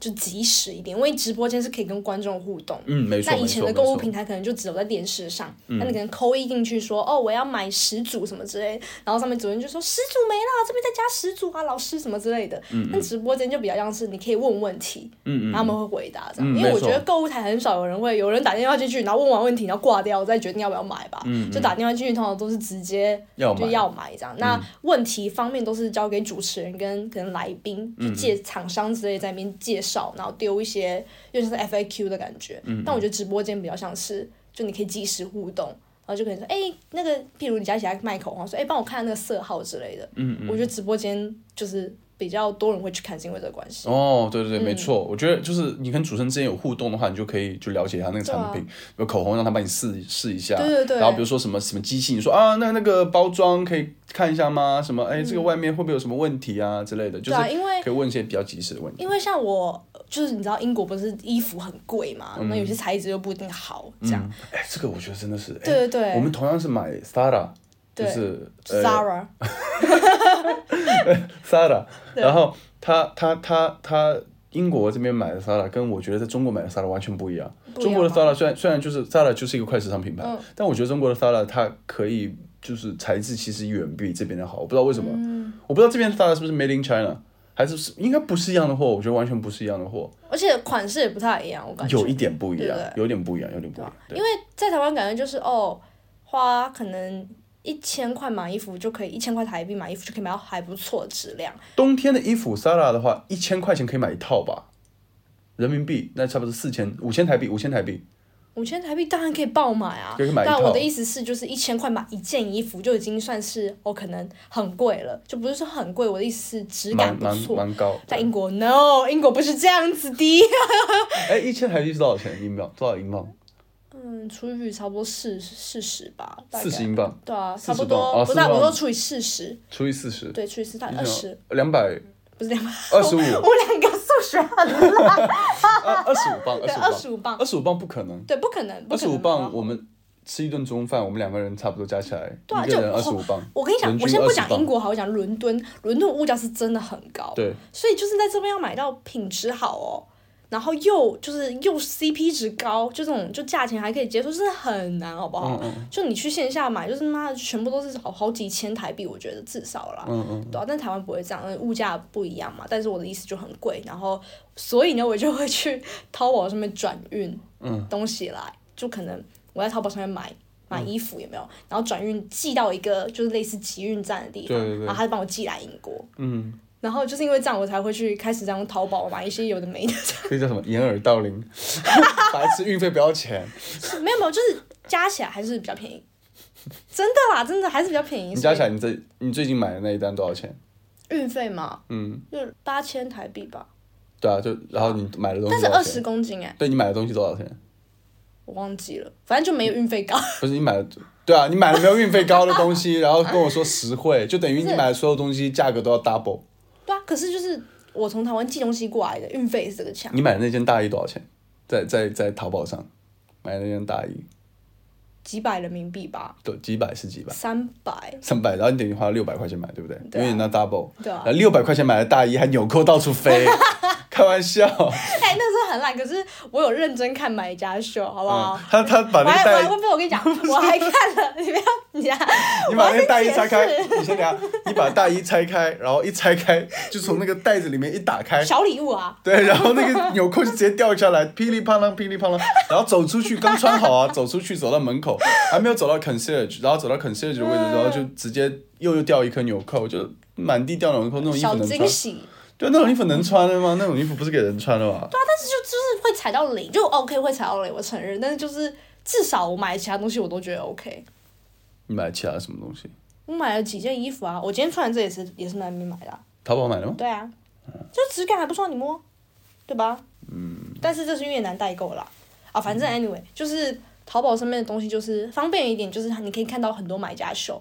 Speaker 2: 就及时一点，因为直播间是可以跟观众互动。
Speaker 1: 嗯，没错，
Speaker 2: 那以
Speaker 1: 没
Speaker 2: 前
Speaker 1: 错，
Speaker 2: 的
Speaker 1: 没
Speaker 2: 购物
Speaker 1: 错。嗯
Speaker 2: 平台可能就只有在电视上，那你可能扣一进去说哦我要买十组什么之类，然后上面主任就说十组没啦，这边再加十组啊，老师什么之类的。但直播间就比较像是你可以问问题，
Speaker 1: 嗯
Speaker 2: 然后他们会回答这样，
Speaker 1: 嗯
Speaker 2: 因为
Speaker 1: 没
Speaker 2: 我
Speaker 1: 错
Speaker 2: 觉得购物台很少有人会有人打电话进去，然后问完问题然后挂掉，再决定要不要买吧。就打电话进去通常都是直接
Speaker 1: 嗯要
Speaker 2: 就
Speaker 1: 买，
Speaker 2: 要买
Speaker 1: 嗯
Speaker 2: 这样。那问题方面都是交给主持人跟可能来宾，就介厂商之类在那边介绍，然后丢一些有点像是 FAQ 的感觉。
Speaker 1: 嗯
Speaker 2: 但我觉得直播间比较像是，就你可以即时互动。然后就可能说，哎、那个，譬如你家起来卖口红，说，哎、帮我看那个色号之类的。嗯嗯。我觉得直播间就是比较多人会去看，是因为这个关系。
Speaker 1: 哦，对对对，
Speaker 2: 嗯
Speaker 1: 没错，我觉得就是你跟主持人之间有互动的话，你就可以就了解一下那个产品，比如口红让他帮你试试一下，
Speaker 2: 啊对对对
Speaker 1: 然后比如说什么什么机器，你说啊，那那个包装可以看一下吗？什么哎，这个外面会不会有什么问题啊之类的，就
Speaker 2: 嗯
Speaker 1: 是
Speaker 2: 对啊，因为
Speaker 1: 可以问一些比较及时的问题。
Speaker 2: 因为像我，就是你知道英国不是衣服很贵嘛，
Speaker 1: 嗯
Speaker 2: 那有些材质又不一定好，这样。
Speaker 1: 哎，这个我觉得真的是，哎，
Speaker 2: 对对对。
Speaker 1: 我们同样是买 Sara，就
Speaker 2: 对
Speaker 1: 是呃
Speaker 2: Zara，
Speaker 1: Sara，然后他他他他英国这边买的 Sara 跟我觉得在中国买的 Sara 完全不一样。
Speaker 2: 不一
Speaker 1: 中国的
Speaker 2: 样
Speaker 1: Sara
Speaker 2: 嗯
Speaker 1: 虽然虽然就是 Sara 就是一个快时尚品牌，但我觉得中国的 Sara 它可以就是材质其实远比这边的好，我不知道为什么，
Speaker 2: 嗯
Speaker 1: 我不知道这边 Sara 是不是 Made in China，还是是应该不是一样的货，我觉得完全不是一样的货，
Speaker 2: 而且款式也不太一样，我感觉。
Speaker 1: 有一点不一样
Speaker 2: 对对，
Speaker 1: 有点不一样，有点不一样。对
Speaker 2: 因为在台湾感觉就是哦，花可能一千块买衣服就可以，一千块台币买衣服就可以买到还不错的质量。
Speaker 1: 冬天的衣服 Sara 的话，一千块钱可以买一套吧，人民币那差不多四千五千台币，五千台币。
Speaker 2: 五千台币当然可以爆买啊
Speaker 1: 可以买，一套
Speaker 2: 但我的意思是，就是一千块买一件衣服就已经算是哦，可能很贵了，就不是说很贵。我的意思是质
Speaker 1: 蛮
Speaker 2: 感不
Speaker 1: 蛮
Speaker 2: 错。
Speaker 1: 蛮高。
Speaker 2: 在英国，no，英国不是这样子 的。
Speaker 1: 哎，一千台币是多少钱？英镑多少英镑？
Speaker 2: 嗯，除以差不多四四十吧，大概
Speaker 1: 四十。英镑
Speaker 2: 对啊，
Speaker 1: 40
Speaker 2: 差不
Speaker 1: 磅
Speaker 2: 多，
Speaker 1: 哦
Speaker 2: 不是啊，
Speaker 1: 40磅
Speaker 2: 我说除以四十，
Speaker 1: 除以四十，
Speaker 2: 对，除以四，大概
Speaker 1: 一
Speaker 2: 二
Speaker 1: 千
Speaker 2: 十，
Speaker 1: 两百
Speaker 2: 不是两百。
Speaker 1: 二十五，
Speaker 2: 我两个数学很烂，
Speaker 1: 啊二十五磅，
Speaker 2: 对，
Speaker 1: 二
Speaker 2: 二
Speaker 1: 十
Speaker 2: 十五
Speaker 1: 五磅，
Speaker 2: 磅，
Speaker 1: 二十五磅不可能，
Speaker 2: 对，不可能，啊不
Speaker 1: 二
Speaker 2: 可
Speaker 1: 十
Speaker 2: 能
Speaker 1: 五
Speaker 2: 吧
Speaker 1: 磅我们吃一顿中饭，我们两个人差不多加起来，
Speaker 2: 对啊
Speaker 1: 一个人
Speaker 2: 就
Speaker 1: 二十五磅。
Speaker 2: 我跟你讲
Speaker 1: 人，均
Speaker 2: 我先不讲
Speaker 1: 20磅
Speaker 2: 英国好，我讲伦敦，伦敦物价是真的很高，
Speaker 1: 对，
Speaker 2: 所以就是在这边要买到品质好哦，然后又就是又 CP 值高，就这种就价钱还可以接受，真的很难，好不好？
Speaker 1: 嗯嗯
Speaker 2: 就你去线下买，就是妈的全部都是好好几千台币，我觉得至少啦。
Speaker 1: 嗯嗯，
Speaker 2: 对啊，但台湾不会这样，物价不一样嘛。但是我的意思就很贵，然后所以呢，我就会去淘宝上面转运
Speaker 1: 嗯
Speaker 2: 东西来，就可能我在淘宝上面买买衣服有没有，然后转运寄到一个就是类似集运站的地方，
Speaker 1: 对对对
Speaker 2: 然后他就帮我寄来英国。
Speaker 1: 嗯，
Speaker 2: 然后就是因为这样，我才会去开始这样用淘宝买一些有的没的，
Speaker 1: 这叫什么？掩耳盗铃， 白痴，运费不要 钱，
Speaker 2: 没有没有，就是加起来还是比较便宜，真的啦，真的还是比较便宜。
Speaker 1: 你加起来，你这你最近买的那一单多少钱？
Speaker 2: 所以运费嘛，
Speaker 1: 嗯，
Speaker 2: 就八千台币吧，
Speaker 1: 对啊，就然后你买的东西
Speaker 2: 但是
Speaker 1: 多少
Speaker 2: 二十
Speaker 1: 钱？
Speaker 2: 公斤哎、
Speaker 1: 对你买的东西多少钱？
Speaker 2: 我忘记了，反正就没有运费高。
Speaker 1: 不是你买的，对啊，你买了没有运费高的东西，然后跟我说实惠，就等于你买的所有东西价格都要 double。
Speaker 2: 对啊，可是就是我从台湾寄东西过来的，运费也是这个强，
Speaker 1: 你买的那件大衣多少钱？在在在淘宝上买的那件大衣，
Speaker 2: 几百人民币吧，
Speaker 1: 对，几百是几百，
Speaker 2: 三百，
Speaker 1: 三百，然后你等于花了六百块钱买，对不对？
Speaker 2: 对啊
Speaker 1: 因为你那 double，
Speaker 2: 对啊
Speaker 1: 然后六百块钱买的大衣还纽扣到处 飞，开玩笑，
Speaker 2: 哎、那时候很烂，可是我有认真看买家秀，好不好？
Speaker 1: 嗯他他把
Speaker 2: 我
Speaker 1: 那
Speaker 2: 还
Speaker 1: 个
Speaker 2: 我还
Speaker 1: 大衣
Speaker 2: 会，被我跟 你讲，我还看了， 你不要你啊，
Speaker 1: 你把那个大衣
Speaker 2: 我还
Speaker 1: 拆开
Speaker 2: 没解，
Speaker 1: 你先等一下，你把大衣拆开，然后一拆开就从那个袋子里面一打开，
Speaker 2: 小礼物啊，
Speaker 1: 对，然后那个纽扣就直接掉下来， 噼里啪啦，噼里啪啦，然后走出去，刚穿好啊，走出去走到门口，还没有走到 concierge，然后走到 concierge 的位置，然后就直接又又掉一颗纽扣，就满地掉纽扣，那种衣服
Speaker 2: 小
Speaker 1: 能穿
Speaker 2: 惊？喜。
Speaker 1: 对，那种衣服能穿的吗？那种衣服不是给人穿的吧？
Speaker 2: 对啊，但是就就是会踩到雷，就 OK 会踩到雷，我承认。但是就是至少我买其他东西我都觉得 OK。
Speaker 1: 你买其他什么东西？
Speaker 2: 我买了几件衣服啊，我今天穿的这也是也是那边买的、啊。
Speaker 1: 淘宝买的吗？
Speaker 2: 对啊，就质感还不错，你摸，对吧？嗯。但是这是越南代购啦，啊，反正
Speaker 1: 嗯
Speaker 2: anyway 就是淘宝上面的东西就是方便一点，就是你可以看到很多买家秀。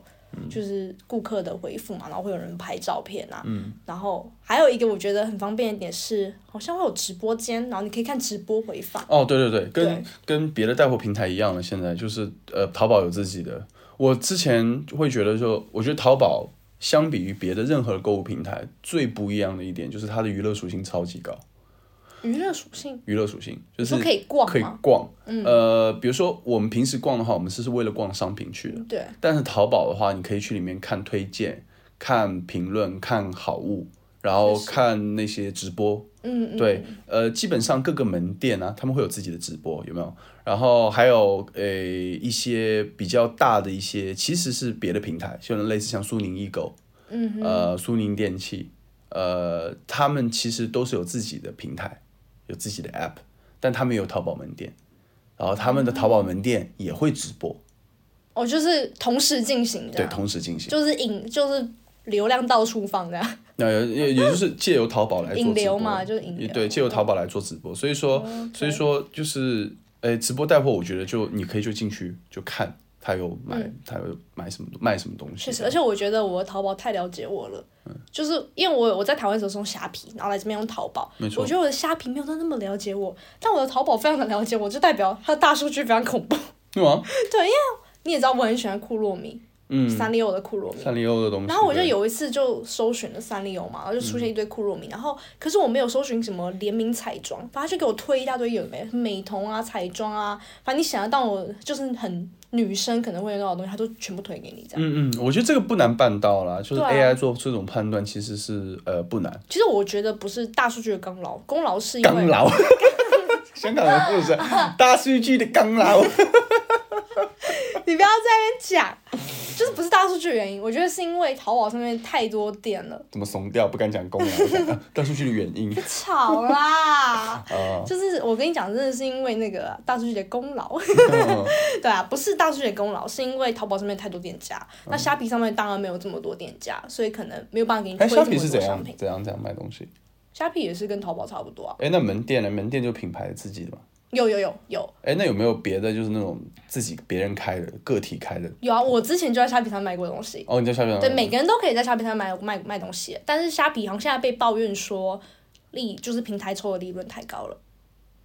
Speaker 2: 就是顾客的回复嘛，然后会有人拍照片啊，
Speaker 1: 嗯
Speaker 2: 然后还有一个我觉得很方便的点是，好像会有直播间，然后你可以看直播回放。
Speaker 1: 哦，对对对，跟
Speaker 2: 对
Speaker 1: 跟别的带货平台一样了，现在就是呃，淘宝有自己的。我之前会觉得说，我觉得淘宝相比于别的任何购物平台，最不一样的一点就是它的娱乐属性超级高，
Speaker 2: 娱乐属性，
Speaker 1: 娱乐属性就
Speaker 2: 你
Speaker 1: 是
Speaker 2: 说可以逛
Speaker 1: 可以
Speaker 2: 吗？嗯
Speaker 1: 逛。呃，比如说我们平时逛的话，我们是是为了逛商品去的，
Speaker 2: 对，
Speaker 1: 但是淘宝的话，你可以去里面看推荐、看评论、看好物，然后
Speaker 2: 确实
Speaker 1: 看那些直播。
Speaker 2: 嗯嗯，
Speaker 1: 对，呃，基本上各个门店啊，他们会有自己的直播，有没有？然后还有呃一些比较大的一些，其实是别的平台，像类似像苏宁易购，
Speaker 2: 嗯
Speaker 1: 呃，苏宁电器，呃，他们其实都是有自己的平台，有自己的 app，但他们也有淘宝门店，然后他们
Speaker 2: 嗯
Speaker 1: 的淘宝门店也会直播，
Speaker 2: 哦，就是同时进行的
Speaker 1: 对，
Speaker 2: 啊，
Speaker 1: 同时进行。
Speaker 2: 就是引就是流量到处放的啊，
Speaker 1: 那呃也也就是借由淘宝来做
Speaker 2: 引
Speaker 1: 直
Speaker 2: 流
Speaker 1: 播
Speaker 2: 嘛，就是引
Speaker 1: 也
Speaker 2: 流。哦
Speaker 1: 对，借由淘宝来做直播，所以说，所以说就是，呃，直播带货，我觉得就你可以就进去就看他有买，他有买什么卖什么东西
Speaker 2: 嗯确，实，而且我觉得我的淘宝太了解我了，就是因为我我在台湾的时候是用虾皮，然后来这边用淘宝，
Speaker 1: 没错
Speaker 2: 我觉得我的虾皮没有到那么了解我，但我的淘宝非常的了解我，就代表它的大数据非常恐怖。
Speaker 1: 对吗？
Speaker 2: 你也知道我很喜欢库洛米，
Speaker 1: 嗯，
Speaker 2: 三丽鸥的库洛米，
Speaker 1: 三丽鸥的东西，
Speaker 2: 然后我就
Speaker 1: 对
Speaker 2: 有一次就搜寻了三丽鸥嘛，然后就出现一堆库洛米，然后可是我没有搜寻什么联名彩妆，反正就给我推一大堆有的没的美瞳啊、彩妆啊，反正你想得到我就是很女生可能会用到的东西，他都全部推给你这样。
Speaker 1: 嗯嗯，我觉得这个不难办到啦，就是
Speaker 2: 对啊
Speaker 1: AI 做这种判断其实是呃不难，
Speaker 2: 其实我觉得不是大数据的功劳，功劳是因
Speaker 1: 刚
Speaker 2: 为
Speaker 1: 劳，香港人是不是大数据的刚劳？
Speaker 2: 你不要在那边讲，就是不是大数据的原因，我觉得是因为淘宝上面太多店了，
Speaker 1: 怎么怂掉？不敢讲功劳，我想啊大数据的原因。
Speaker 2: 别吵啦
Speaker 1: 啊。
Speaker 2: 就是我跟你讲，真的是因为那个大数据的功劳，
Speaker 1: 嗯
Speaker 2: 对啊，不是大数据的功劳，是因为淘宝上面太多店家，
Speaker 1: 嗯
Speaker 2: 那虾皮上面当然没有这么多店家，所以可能没有办法给你推
Speaker 1: 哎，
Speaker 2: 这么
Speaker 1: 虾
Speaker 2: 多
Speaker 1: 皮是怎样
Speaker 2: 商品。
Speaker 1: 怎样怎样卖东西？
Speaker 2: 虾皮也是跟淘宝差不多啊，
Speaker 1: 哎，那门店呢？门店就品牌自己的嘛。
Speaker 2: 有有有有
Speaker 1: 哎，那有没有别的就是那种自己别人开的个体开的？
Speaker 2: 有啊，我之前就在虾皮上买过东西，
Speaker 1: 哦，你在虾皮上
Speaker 2: 对，
Speaker 1: 买
Speaker 2: 每个人都可以在虾皮上买卖卖东西，但是虾皮好像现在被抱怨说利就是平台抽的利润太高了。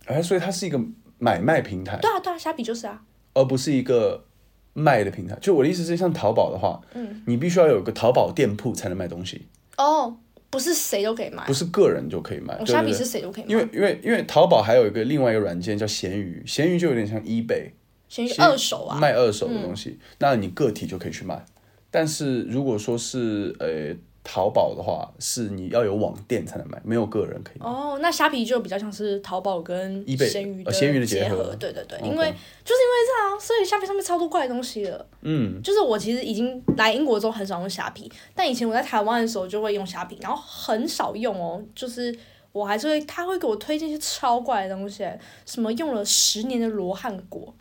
Speaker 1: 哎，所以它是一个买卖平台，
Speaker 2: 对啊对啊，虾皮就是啊，
Speaker 1: 而不是一个卖的平台。就我的意思是，像淘宝的话，嗯，你必须要有个淘宝店铺才能卖东西，
Speaker 2: 哦，不是谁都可以买
Speaker 1: 不，是个人就可以卖。
Speaker 2: 我
Speaker 1: 对
Speaker 2: 哦虾
Speaker 1: 对
Speaker 2: 皮
Speaker 1: 对
Speaker 2: 是谁都可以
Speaker 1: 因
Speaker 2: 买，
Speaker 1: 为因为因为淘宝还有一个另外一个软件叫闲鱼，闲鱼就有点像 eBay，
Speaker 2: 先去
Speaker 1: 闲
Speaker 2: 二手啊，
Speaker 1: 卖二手的东西，那你个体就可以去卖。但是如果说是呃淘宝的话，是你要有网店才能卖，没有个人可以。
Speaker 2: 哦，那虾皮就比较像是淘宝跟
Speaker 1: eBay
Speaker 2: 闲鱼
Speaker 1: 呃闲鱼的结
Speaker 2: 结
Speaker 1: 合哦
Speaker 2: 对对对，
Speaker 1: OK
Speaker 2: 因为就是因为这样啊，所以虾皮上面超多怪的东西了。
Speaker 1: 嗯，
Speaker 2: 就是我其实已经来英国之后很少用虾皮，但以前我在台湾的时候就会用虾皮，然后很少用哦，就是我还是会他会给我推荐一些超怪的东西，什么用了十年的罗汉果，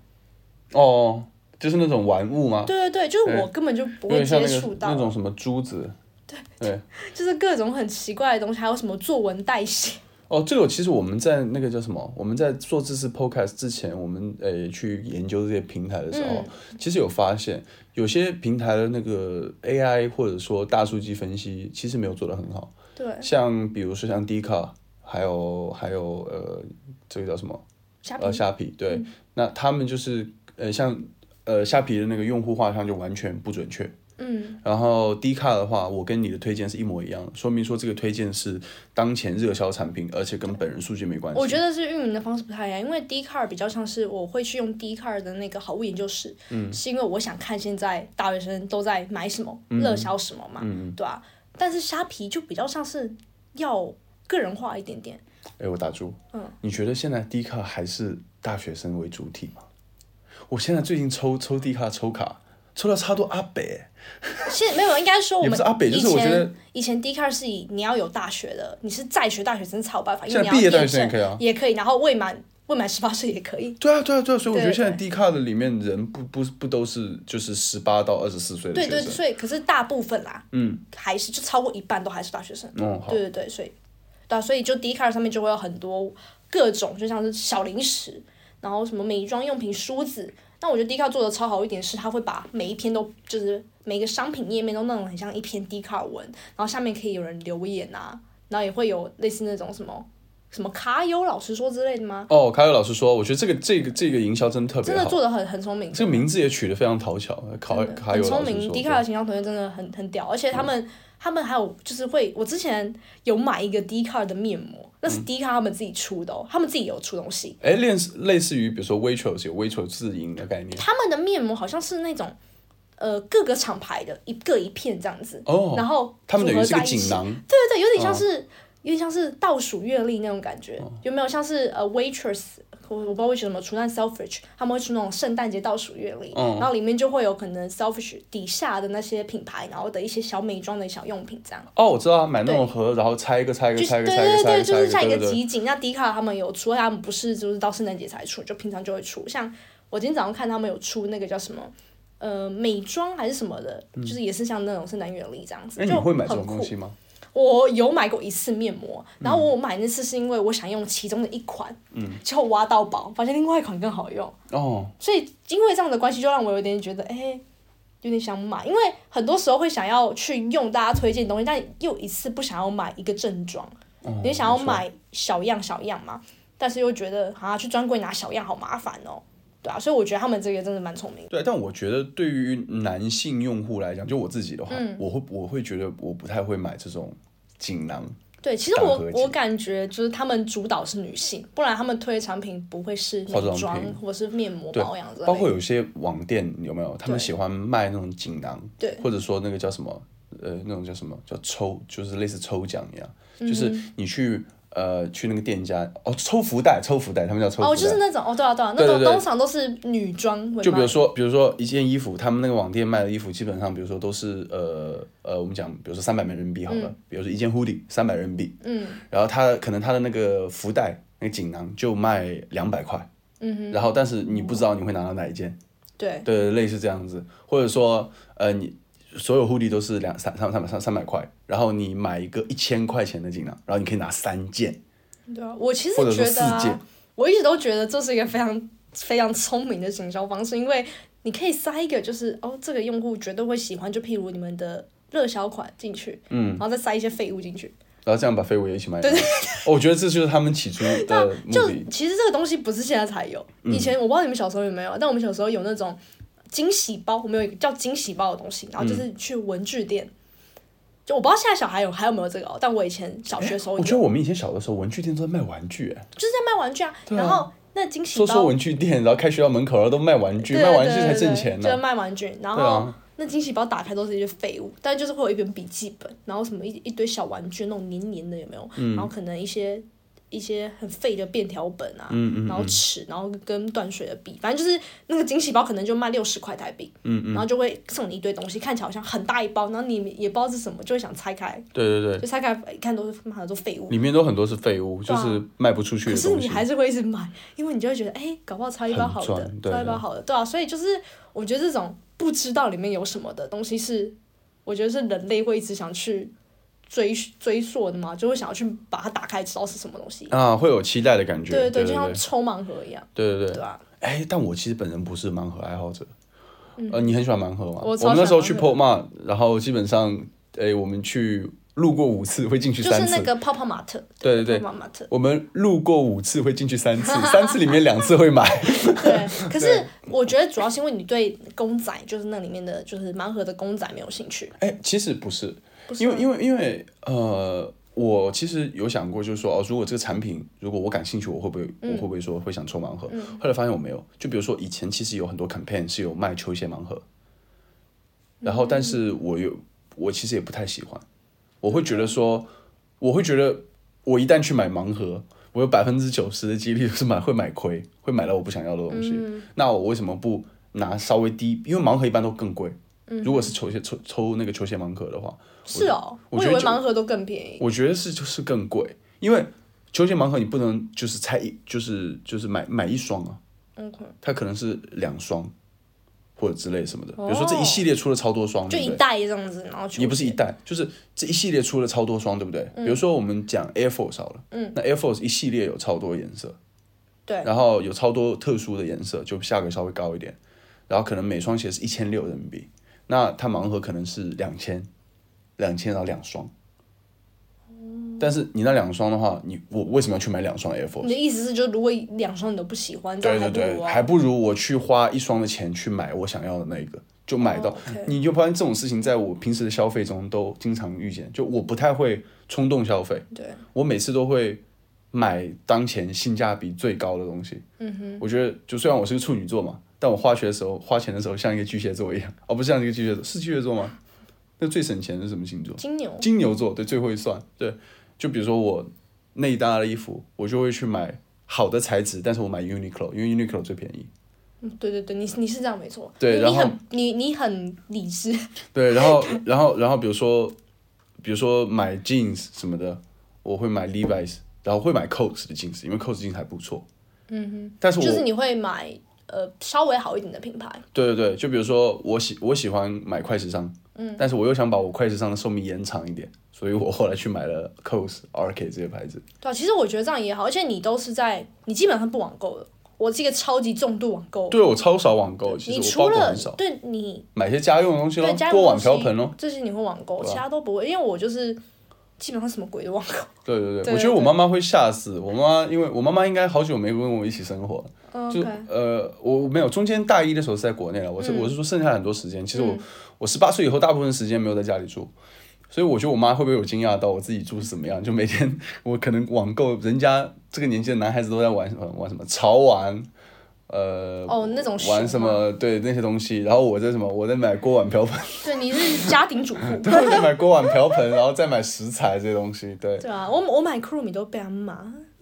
Speaker 1: 哦，就是那种玩物吗？
Speaker 2: 对对对，就是我根本就不
Speaker 1: 有
Speaker 2: 会
Speaker 1: 点像
Speaker 2: 接
Speaker 1: 那
Speaker 2: 触
Speaker 1: 个
Speaker 2: 到，
Speaker 1: 那种什么珠子。对对，
Speaker 2: 就是各种很奇怪的东西，还有什么作文代写，
Speaker 1: 哦，这个其实我们在那个叫什么？我们在做这次 podcast 之前，我们呃去研究这些平台的时候，
Speaker 2: 嗯
Speaker 1: 其实有发现有些平台的那个 AI 或者说大数据分析，其实没有做得很好。
Speaker 2: 对，
Speaker 1: 像比如说像 d 卡，还有还有呃，这个叫什么？
Speaker 2: 虾皮嗯
Speaker 1: 呃，虾皮对，那他们就是呃像呃虾皮的那个用户画像就完全不准确。嗯，然后 D 卡的话，我跟你的推荐是一模一样的，说明说这个推荐是当前热销产品，而且跟本人数据没关系。
Speaker 2: 我觉得是运营的方式不太一样，因为 d c a r 比较像是我会去用 d c a r 的那个好物研究室，
Speaker 1: 嗯
Speaker 2: 是因为我想看现在大学生都在买什么、
Speaker 1: 嗯
Speaker 2: 热销什么嘛，对啊。但是虾皮就比较像是要个人化一点点，
Speaker 1: 哎，我打住。嗯，你觉得现在 D 卡还是大学生为主体吗？我现在最近抽抽 D 卡抽卡，抽到差多阿北，
Speaker 2: 现没有应该说我
Speaker 1: 也
Speaker 2: 们
Speaker 1: 不是阿啊北，
Speaker 2: 以
Speaker 1: 就是我觉得
Speaker 2: 前以前 d c a r 是以你要有大学的，你是在学大学生才有办法，因
Speaker 1: 现
Speaker 2: 为你
Speaker 1: 在
Speaker 2: 要
Speaker 1: 毕业大学
Speaker 2: 验
Speaker 1: 生也
Speaker 2: 证
Speaker 1: 可以啊。
Speaker 2: 也可以，然后未满未满十八岁也可以。
Speaker 1: 对啊，对啊，对啊，所以我觉得
Speaker 2: 对
Speaker 1: 现在 D 卡的里面人不不不都是就是十八到二十四岁的
Speaker 2: 对
Speaker 1: 学
Speaker 2: 对，
Speaker 1: 生。
Speaker 2: 所以可是大部分啦，嗯，还是就超过一半都还是大学生。
Speaker 1: 嗯，好，
Speaker 2: 对对对，所以对、啊，所以就 d c a r 上面就会有很多各种，就像是小零食，然后什么美妆用品、梳子。那我觉得 d c a r 做的超好一点是，它会把每一篇都就是每个商品页面都弄得很像一篇 d c a r 文，然后下面可以有人留言啊，然后也会有类似那种什么什么卡友老师说之类的吗？
Speaker 1: 哦，凯尔老师说，我觉得这个这个这个营销真的特别
Speaker 2: 真的
Speaker 1: 好，
Speaker 2: 做的很很聪明，
Speaker 1: 这个名字也取得非常讨巧。凯尔
Speaker 2: 真的
Speaker 1: 凯尔
Speaker 2: 很
Speaker 1: 呃老
Speaker 2: 聪
Speaker 1: 师
Speaker 2: 明，
Speaker 1: 说嗯
Speaker 2: 迪卡的形象团队真的很很屌，而且他们、他们还有就是会，我之前有买一个迪卡的面膜，
Speaker 1: 嗯
Speaker 2: 那是迪卡他们自己出的哦，他们自己有出东西，
Speaker 1: 哎，类似类似于比如说 Waitrose 有 Waitrose 自营的概念。
Speaker 2: 他们的面膜好像是那种呃各个厂牌的一个一片这样子，
Speaker 1: 哦，
Speaker 2: 然后
Speaker 1: 他们
Speaker 2: 组
Speaker 1: 等于
Speaker 2: 合
Speaker 1: 是个
Speaker 2: 在一
Speaker 1: 锦
Speaker 2: 起，
Speaker 1: 囊，
Speaker 2: 对对对，有点
Speaker 1: 嗯
Speaker 2: 像是、有点像是倒数月历那种感觉，有没有像是呃 waitress？我我不知道为什么出，但 selfish 他们会出那种圣诞节倒数月历，
Speaker 1: 嗯
Speaker 2: 然后里面就会有可能 selfish 底下的那些品牌，然后的一些小美妆的小用品这样。
Speaker 1: 哦，我知道啊，买那种
Speaker 2: 对
Speaker 1: 盒，然后拆一个，拆一个，
Speaker 2: 就是
Speaker 1: 拆一
Speaker 2: 对
Speaker 1: 个，拆一
Speaker 2: 对
Speaker 1: 个，拆
Speaker 2: 对，
Speaker 1: 一个，
Speaker 2: 就
Speaker 1: 拆
Speaker 2: 是
Speaker 1: 一个，
Speaker 2: 像一
Speaker 1: 对
Speaker 2: 个
Speaker 1: 对对。
Speaker 2: 集锦。那迪卡他们有出，而且他们不是就是到圣诞节才出，就平常就会出。像我今天早上看他们有出那个叫什么，呃，美妆还是什么的，就是也是像那种圣诞月历这样子，
Speaker 1: 嗯哎，你
Speaker 2: 就
Speaker 1: 会
Speaker 2: 很
Speaker 1: 买这种
Speaker 2: 酷
Speaker 1: 东西吗？
Speaker 2: 我有买过一次面膜，然后我买那次是因为我想用其中的一款，嗯，结果挖到宝，发现另外一款更好用，
Speaker 1: 哦，
Speaker 2: 所以因为这样的关系，就让我有点觉得，哎、有点想买，因为很多时候会想要去用大家推荐的东西，但又一次不想要买一个正装，
Speaker 1: 哦
Speaker 2: 你想要
Speaker 1: 没错
Speaker 2: 买小样小样嘛，但是又觉得啊，去专柜拿小样好麻烦哦，对啊，所以我觉得他们这个真的蛮聪明的。
Speaker 1: 对，但我觉得对于男性用户来讲，就我自己的话，
Speaker 2: 嗯
Speaker 1: 我会我会觉得我不太会买这种锦囊。
Speaker 2: 对，其实
Speaker 1: 大
Speaker 2: 我
Speaker 1: 合集
Speaker 2: 我感觉就是他们主导是女性，不然他们推的产品不会是
Speaker 1: 化
Speaker 2: 美
Speaker 1: 妆
Speaker 2: 妆
Speaker 1: 品
Speaker 2: 或者是面膜
Speaker 1: 对
Speaker 2: 保养之类的，
Speaker 1: 包括有些网店有没有，他们
Speaker 2: 对
Speaker 1: 喜欢卖那种锦囊，
Speaker 2: 对，
Speaker 1: 或者说那个
Speaker 2: 嗯
Speaker 1: 叫什么，呃，那种叫什么叫抽，就是类似抽奖一样，就是你去呃去那个店家哦抽福袋，抽福袋，他们叫抽福袋。
Speaker 2: 哦，就是那种哦，对啊，对啊，那
Speaker 1: 对对
Speaker 2: 种
Speaker 1: 对
Speaker 2: 通常都是女装为卖，
Speaker 1: 就比如说，比如说一件衣服，他们那个网店卖的衣服，基本上比如说都是呃呃，我们讲，比如说三百人民币好了，比如说一件 hoodie 三百人民币，嗯，然后它可能它的那个福袋那个锦囊就卖两百块，嗯哼，然后但是你不知道你会拿到哪一件，
Speaker 2: 对，
Speaker 1: 对，类似这样子，或者说呃你所有 hoodie 都是两三三三三三百块，然后你买一个一千块钱的锦囊，然后你可以拿三件，
Speaker 2: 对啊，我其实
Speaker 1: 或者说
Speaker 2: 觉得、
Speaker 1: 四件
Speaker 2: 啊，我一直都觉得这是一个非常非常聪明的行销方式，因为你可以塞一个就是哦，这个用户绝对会喜欢，就譬如你们的热销款进去，嗯，然后再塞一些废物进去。
Speaker 1: 然后这样把废物也一起卖掉。我觉得这就是他们起初 的目
Speaker 2: 就
Speaker 1: 的。嗯
Speaker 2: 其实这个东西不是现在才有，以前我不知道你们小时候有没有，但我们小时候有那种惊喜包，我们有一个叫惊喜包的东西，然后就是去文具店。就我不知道现在小孩有还有没有这个哦，但我以前小学的时候
Speaker 1: 我
Speaker 2: 有，
Speaker 1: 觉得我们以前小的时候，文具店都在卖玩具，哎
Speaker 2: 就是在卖玩具啊。然后那惊喜
Speaker 1: 说
Speaker 2: 包
Speaker 1: 说文具店，然后开学校门口，然后都卖玩具，
Speaker 2: 对
Speaker 1: 卖玩具
Speaker 2: 对
Speaker 1: 才
Speaker 2: 对
Speaker 1: 挣
Speaker 2: 对
Speaker 1: 钱
Speaker 2: 就是
Speaker 1: 呢。
Speaker 2: 卖玩具，然
Speaker 1: 对
Speaker 2: 后
Speaker 1: 啊
Speaker 2: 那惊喜包打开都是一些废物，但就是会有一本笔记本，然后什么一一堆小玩具那种黏黏的有没有？
Speaker 1: 嗯
Speaker 2: 然后可能一些一些很废的便条本啊，
Speaker 1: 嗯
Speaker 2: 然后尺，然后跟断水的笔，反正就是那个惊喜包可能就卖六十块台币，
Speaker 1: 嗯
Speaker 2: 然后就会送你一堆东西，看起来好像很大一包，然后你也不知道是什么，就会想拆开，
Speaker 1: 对对对，
Speaker 2: 就拆开一看都是妈的都废物。
Speaker 1: 里面都很多是废物，就
Speaker 2: 对啊
Speaker 1: 是卖不出去
Speaker 2: 可
Speaker 1: 的
Speaker 2: 是
Speaker 1: 东
Speaker 2: 你
Speaker 1: 西。
Speaker 2: 还是会一直买，因为你就会觉得，哎、搞不好差一包好
Speaker 1: 很
Speaker 2: 的
Speaker 1: 赚，对
Speaker 2: 差一包好的，对啊，所以就是我觉得这种不知道里面有什么的东西是，我觉得是人类会一直想去追追溯的嘛，就会想要去把它打开，知道是什么东西。
Speaker 1: 啊，会有期待的感觉。
Speaker 2: 对
Speaker 1: 对
Speaker 2: 对，就像
Speaker 1: 对
Speaker 2: 抽盲盒一样，
Speaker 1: 对对
Speaker 2: 对啊
Speaker 1: 对。
Speaker 2: 吧、
Speaker 1: 哎，但我其实本人不是盲盒爱好者。呃，你很喜欢盲盒吗？
Speaker 2: 嗯我超
Speaker 1: 们那时候
Speaker 2: 喜
Speaker 1: 去
Speaker 2: 欢
Speaker 1: p o m a 然后基本上，哎，我们去路过五次，会进去
Speaker 2: 就
Speaker 1: 三
Speaker 2: 是那
Speaker 1: 次。
Speaker 2: 个泡泡玛特，
Speaker 1: 对对对
Speaker 2: 泡泡玛特。
Speaker 1: 我们路过五次会进去三 次，三次里面两次会买。
Speaker 2: 对，可是我觉得主要是因为你对公仔，就是那里面的就是盲盒的公仔没有兴趣，
Speaker 1: 哎，其实不是，
Speaker 2: 不是
Speaker 1: 因
Speaker 2: 吗
Speaker 1: 为因为因为呃，我其实有想过，就是说哦，如果这个产品如果我感兴趣，我会不会、
Speaker 2: 嗯
Speaker 1: 我会不会说会想抽盲盒？后来发现我没有。就比如说以前其实有很多 campaign 是有卖球鞋盲盒，然后但是
Speaker 2: 嗯
Speaker 1: 我有我其实也不太喜欢，我会觉得说，我会觉得我一旦去买盲盒。我有百分之九十的几率 就是买会买亏，会买到我不想要的东西。
Speaker 2: 嗯
Speaker 1: 那我为什么不拿稍微低？因为盲盒一般都更贵。
Speaker 2: 嗯
Speaker 1: 如果是球鞋抽抽那个球鞋盲盒的话，
Speaker 2: 是哦，
Speaker 1: 我
Speaker 2: 我
Speaker 1: 觉
Speaker 2: 以
Speaker 1: 得
Speaker 2: 为
Speaker 1: 就
Speaker 2: 盲盒都更便宜。
Speaker 1: 我觉得是就是更贵，因为球鞋盲盒你不能就是拆一就是就是买买一双啊，
Speaker 2: OK，
Speaker 1: 它可能是两双或者之类什么的。比如说这一系列出了超多双，
Speaker 2: 哦就
Speaker 1: 对不
Speaker 2: 一
Speaker 1: 对？
Speaker 2: 袋这样子，然后球
Speaker 1: 也不是
Speaker 2: 鞋
Speaker 1: 一代，就是这一系列出了超多双，对不对？比如说我们讲 Air Force 好了，嗯，那 Air Force 一系列有超多颜色，
Speaker 2: 对
Speaker 1: 然后有超多特殊的颜色，就价格稍微高一点，然后可能每双鞋是一千六人民币，那它盲盒可能是两千，两千然后两双，但是你那两双的话，你我为什么要去买两双 Air Force？
Speaker 2: 你的意思是，就如果两双你都不喜欢，这
Speaker 1: 对
Speaker 2: 样
Speaker 1: 对
Speaker 2: 还不
Speaker 1: 对
Speaker 2: 如，
Speaker 1: 还
Speaker 2: 啊。
Speaker 1: 不如我去花一双的钱去买我想要的那一个，就买到。
Speaker 2: 哦，OK
Speaker 1: 你就发现这种事情在我平时的消费中都经常遇见，就我不太会冲动消费，
Speaker 2: 对，
Speaker 1: 我每次都会买当前性价比最高的东西。嗯哼，我觉得就虽然我是个处女座嘛，但我花学的时候花钱的时候像一个巨蟹座一样，哦，不是像一个巨蟹座，是巨蟹座吗？那最省钱的是什么星座？
Speaker 2: 金牛
Speaker 1: 金牛座对最会算，对，就比如说我内搭的衣服，我就会去买好的材质，但是我买 Uniqlo，因为 Uniqlo 最便宜。
Speaker 2: 嗯对对对，你你是这样没错。
Speaker 1: 对
Speaker 2: 你
Speaker 1: 然
Speaker 2: 你
Speaker 1: 后
Speaker 2: 很你你很理智，
Speaker 1: 对，然后然后然后比如说比如说买 jeans 什么的，我会买 Levi's，然后会买 Coats 的 jeans，因为 Coats jeans 还不错。嗯哼，但是我、
Speaker 2: 就是你会买呃稍微好一点的品牌，
Speaker 1: 对对对，就比如说我喜我喜欢买快时尚，嗯，但是我又想把我快时尚的寿命延长一点，所以我后来去买了 Coats、RK 这些牌子。
Speaker 2: 对啊，其实我觉得这样也好，而且你都是在你基本上不网购的，我是一个超级重度网购。
Speaker 1: 对我超少网购，其
Speaker 2: 你
Speaker 1: 实我
Speaker 2: 除
Speaker 1: 包裹
Speaker 2: 了
Speaker 1: 很少，啊
Speaker 2: 对你
Speaker 1: 买些家用的东西咯
Speaker 2: 对，家用
Speaker 1: 锅碗
Speaker 2: 东西
Speaker 1: 瓢盆咯。啊
Speaker 2: 这些你会网购，其他都不会，因为我就是基本上什么鬼都网购。
Speaker 1: 对对对，
Speaker 2: 对
Speaker 1: 我觉得我
Speaker 2: 对
Speaker 1: 妈妈会吓死。我妈妈因为我妈妈应该好久没跟我一起生活了，就
Speaker 2: 嗯 OK，嗯
Speaker 1: 呃，我我没有中间大一的时候是在国内了，我是、我是说剩下很多时间，其实我、我十八岁以后大部分时间没有在家里住，所以我觉得我妈会不会有惊讶到我自己住是怎么样？就每天 我可能网购，人家这个年纪的男孩子都在玩什么玩什么潮玩，呃
Speaker 3: 哦，那种
Speaker 1: 玩
Speaker 3: 熊
Speaker 1: 什
Speaker 3: 吗？
Speaker 1: 么对那些东西，然后我在什么我在买锅碗瓢盆，
Speaker 3: 对，你是家庭主 妇。
Speaker 1: 对，我在买锅碗瓢盆，然后再买食材这些东西，对，
Speaker 2: 对啊，我我买库鲁米都被他骂，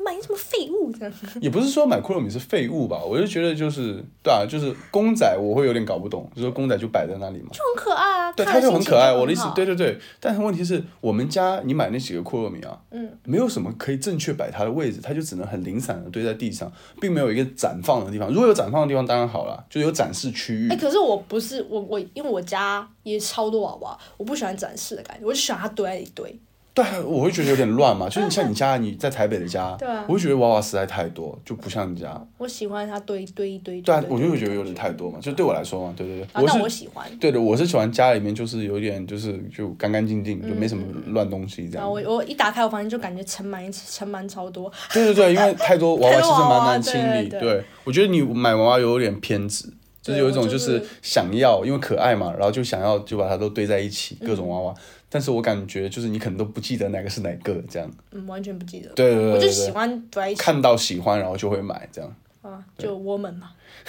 Speaker 2: 买什么废物这样。
Speaker 1: 也不是说买库洛米是废物吧，我就觉得就是对啊，就是公仔我会有点搞不懂，就是公仔就摆在那里嘛，
Speaker 3: 就很可爱啊，
Speaker 1: 对，
Speaker 3: 看
Speaker 1: 它
Speaker 3: 了
Speaker 1: 就很
Speaker 3: 心情
Speaker 1: 可爱。
Speaker 3: 就
Speaker 1: 我的意思
Speaker 3: 很，好
Speaker 1: 对对对，但是问题是我们家你买那几个库洛米啊，嗯，没有什么可以正确摆它的位置，它就只能很零散的堆在地上，并没有一个展放的地方。如果有展放的地方当然好了，就有展示区域。
Speaker 2: 哎、可是我不是我我，因为我家也超多娃娃，我不喜欢展示的感觉，我就喜欢它堆在一堆。
Speaker 1: 对啊，我会觉得有点乱嘛，就是像你家，你在台北的家，
Speaker 2: 对啊
Speaker 1: 我会觉得娃娃实在太多，就不像你家。
Speaker 2: 我喜欢它堆一堆一堆一堆。
Speaker 1: 对啊，我就会觉得有点太多嘛，就对我来说嘛，对对对，
Speaker 2: 啊，但
Speaker 1: 是
Speaker 2: 我喜欢。
Speaker 1: 对的，我是喜欢家里面就是有点就是就干干净净，就没什
Speaker 2: 嗯
Speaker 1: 么乱东西这样。
Speaker 2: 然啊后我我一打开我房间就感觉尘螨尘螨超多，
Speaker 1: 对对对，因为太 多娃娃其
Speaker 2: 太多
Speaker 1: 实蛮
Speaker 2: 娃娃
Speaker 1: 难清理。
Speaker 2: 对对
Speaker 1: 我觉得你买娃娃有点偏执，就是
Speaker 2: 对
Speaker 1: 有一种
Speaker 2: 我
Speaker 1: 就
Speaker 2: 就是
Speaker 1: 是想要，因为可爱嘛，然后就想要就把它都堆在一起，各
Speaker 2: 嗯
Speaker 1: 种娃娃。但是我感觉就是你可能都不记得哪个是哪个这样。
Speaker 2: 嗯，完全不记得。
Speaker 1: 对对对
Speaker 2: 我
Speaker 1: 对
Speaker 2: 就
Speaker 1: 对
Speaker 2: 喜欢堆在一起
Speaker 1: 看到喜欢，然后就会买这样。
Speaker 2: 啊，就我们嘛。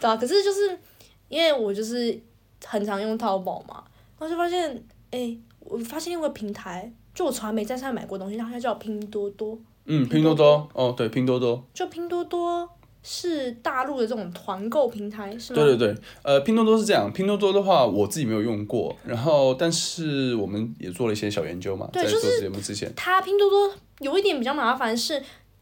Speaker 2: 对啊，可是就是因为我就是很常用淘宝嘛，然后就发现，哎、我发现一个平台，就我从来没在上面买过东西，然后它叫拼多多，
Speaker 1: 嗯，拼
Speaker 2: 拼
Speaker 1: 多
Speaker 2: 多
Speaker 1: 多，哦，对，拼多多，
Speaker 2: 就拼多多是大陆的这种团购平台，是吗？
Speaker 1: 对对对，呃，拼多多是这样，拼多多的话我自己没有用过，然后但是我们也做了一些小研究嘛，
Speaker 2: 对
Speaker 1: 在
Speaker 2: 就
Speaker 1: 做节目之前，
Speaker 2: 它拼多多有一点比较麻烦是，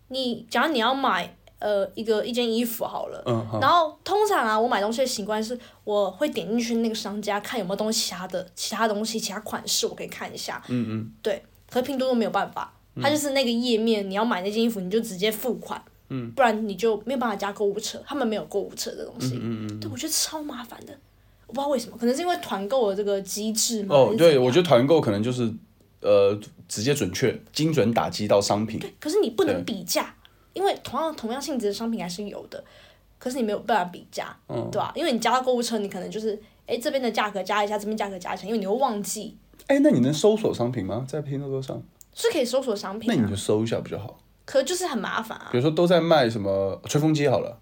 Speaker 2: 你假如你要买呃一个一件衣服好了。
Speaker 1: 嗯，好，
Speaker 2: 然后通常啊，我买东西的习惯是，我会点进去那个商家看有没有东西其他的、其他东西、其他款式，我可以看一下。
Speaker 1: 嗯嗯，
Speaker 2: 可是拼多多没有办法，它就是那个页面，你要买那件衣服，你就直接付款，嗯，不然你就没有办法加购物车，他们没有购物车这东西，嗯嗯对我觉得超麻烦的，我不知道为什么，可能是因为团购的这个机制嘛，还
Speaker 1: 哦，
Speaker 2: 是
Speaker 1: 对，
Speaker 2: 怎
Speaker 1: 我
Speaker 2: 样
Speaker 1: 觉得团购可能就是呃直接准确、精准打击到商品。
Speaker 2: 对，可是你不
Speaker 1: 对
Speaker 2: 能比价，因为同样同样性质的商品还是有的，可是你没有办法比价，
Speaker 1: 嗯
Speaker 2: 对吧、啊因为你加到购物车，你可能就是。哎，这边的价格加一下，这边价格加一下，因为你会忘记
Speaker 1: 哎，那你能搜索商品吗？在拼多多上，
Speaker 2: 是可以搜索商品、
Speaker 1: 那
Speaker 2: 啊，
Speaker 1: 你就搜一下不就好？
Speaker 2: 可就是很麻烦啊。
Speaker 1: 比如说都在卖什么吹风机好了，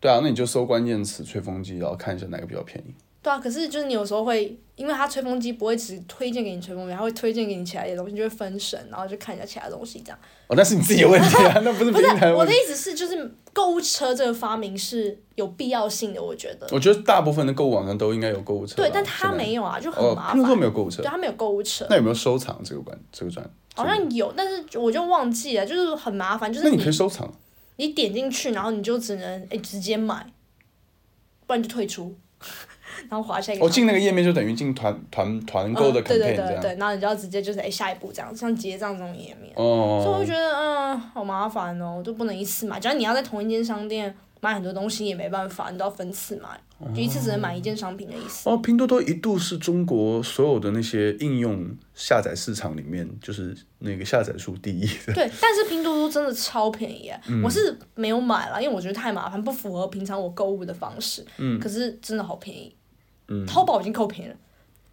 Speaker 1: 对啊，那你就搜关键词吹风机，然后看一下哪个比较便宜。
Speaker 2: 对啊，可是就是你有时候会，因为它吹风机不会只推荐给你吹风机，它会推荐给你其他的东西，就会分神，然后就看一下其他东西这样。
Speaker 1: 哦，那是你自己的问题 啊，那不是
Speaker 2: 不
Speaker 1: 平
Speaker 2: 是
Speaker 1: 台的
Speaker 2: 我
Speaker 1: 问
Speaker 2: 的
Speaker 1: 题。
Speaker 2: 意思是，就是购物车这个发明是有必要性的，我觉得。
Speaker 1: 我觉得大部分的购物网站都应该有购物车吧。
Speaker 2: 对，但它
Speaker 1: 现在
Speaker 2: 没有啊，就很
Speaker 1: 哦，
Speaker 2: 麻
Speaker 1: 拼
Speaker 2: 烦。
Speaker 1: 多多没有购物车
Speaker 2: 对，，它没有购物车，
Speaker 1: 那有没有收藏这个关这个专？
Speaker 2: 好像有，但是我就忘记了，就是很麻烦，哦就
Speaker 1: 那
Speaker 2: 是
Speaker 1: 你
Speaker 2: 你
Speaker 1: 可以收藏，啊
Speaker 2: 你点进去，然后你就只能哎直接买，不然就退出， 然后划下一个
Speaker 1: 我
Speaker 2: 商品。
Speaker 1: 哦进那个页面就等于进团团团购的
Speaker 2: 嗯，对
Speaker 1: campaign
Speaker 2: 对
Speaker 1: 这
Speaker 2: 对
Speaker 1: 样。
Speaker 2: 对，然后你就要直接就是哎下一步这样，像结账这种页面。所以我
Speaker 1: 哦
Speaker 2: 就，觉得，嗯，好麻烦哦，就不能一次买。只要你要在同一间商店买很多东西，也没办法，你都要分次买，就一次只能买一件商品的意思。
Speaker 1: 哦，拼多多一度是中国所有的那些应用下载市场里面，就是那个下载数第一的。
Speaker 2: 对，但是拼多多真的超便宜耶，
Speaker 1: 嗯
Speaker 2: 我是没有买啦，因为我觉得太麻烦，不符合平常我购物的方式。嗯，可是真的好便宜，
Speaker 1: 嗯
Speaker 2: 淘宝已经够便宜了，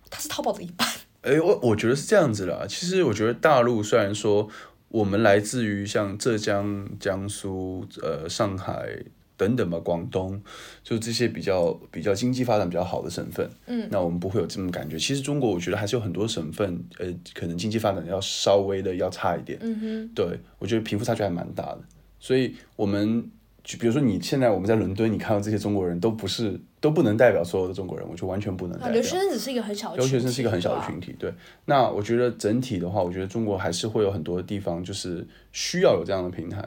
Speaker 2: 它是淘宝的一半。
Speaker 1: 哎，我我觉得是这样子啦。其实我觉得大陆虽然说我们来自于像浙江、江苏、呃上海等等吧，广东，就这些比较比较经济发展比较好的省份，嗯，那我们不会有这种感觉。其实中国我觉得还是有很多省份，呃，可能经济发展要稍微的要差一点，
Speaker 2: 嗯哼，
Speaker 1: 对，我觉得贫富差距还蛮大的。所以我们就比如说你现在我们在伦敦，你看到这些中国人都不是都不能代表所有的中国人，我觉得完全不能代
Speaker 2: 啊，
Speaker 1: 表。
Speaker 2: 留学生只是一个很小的
Speaker 1: 留
Speaker 2: 群体，
Speaker 1: 学生是一个很小的
Speaker 2: 对吧
Speaker 1: 群体，对。那我觉得整体的话，我觉得中国还是会有很多地方就是需要有这样的平台，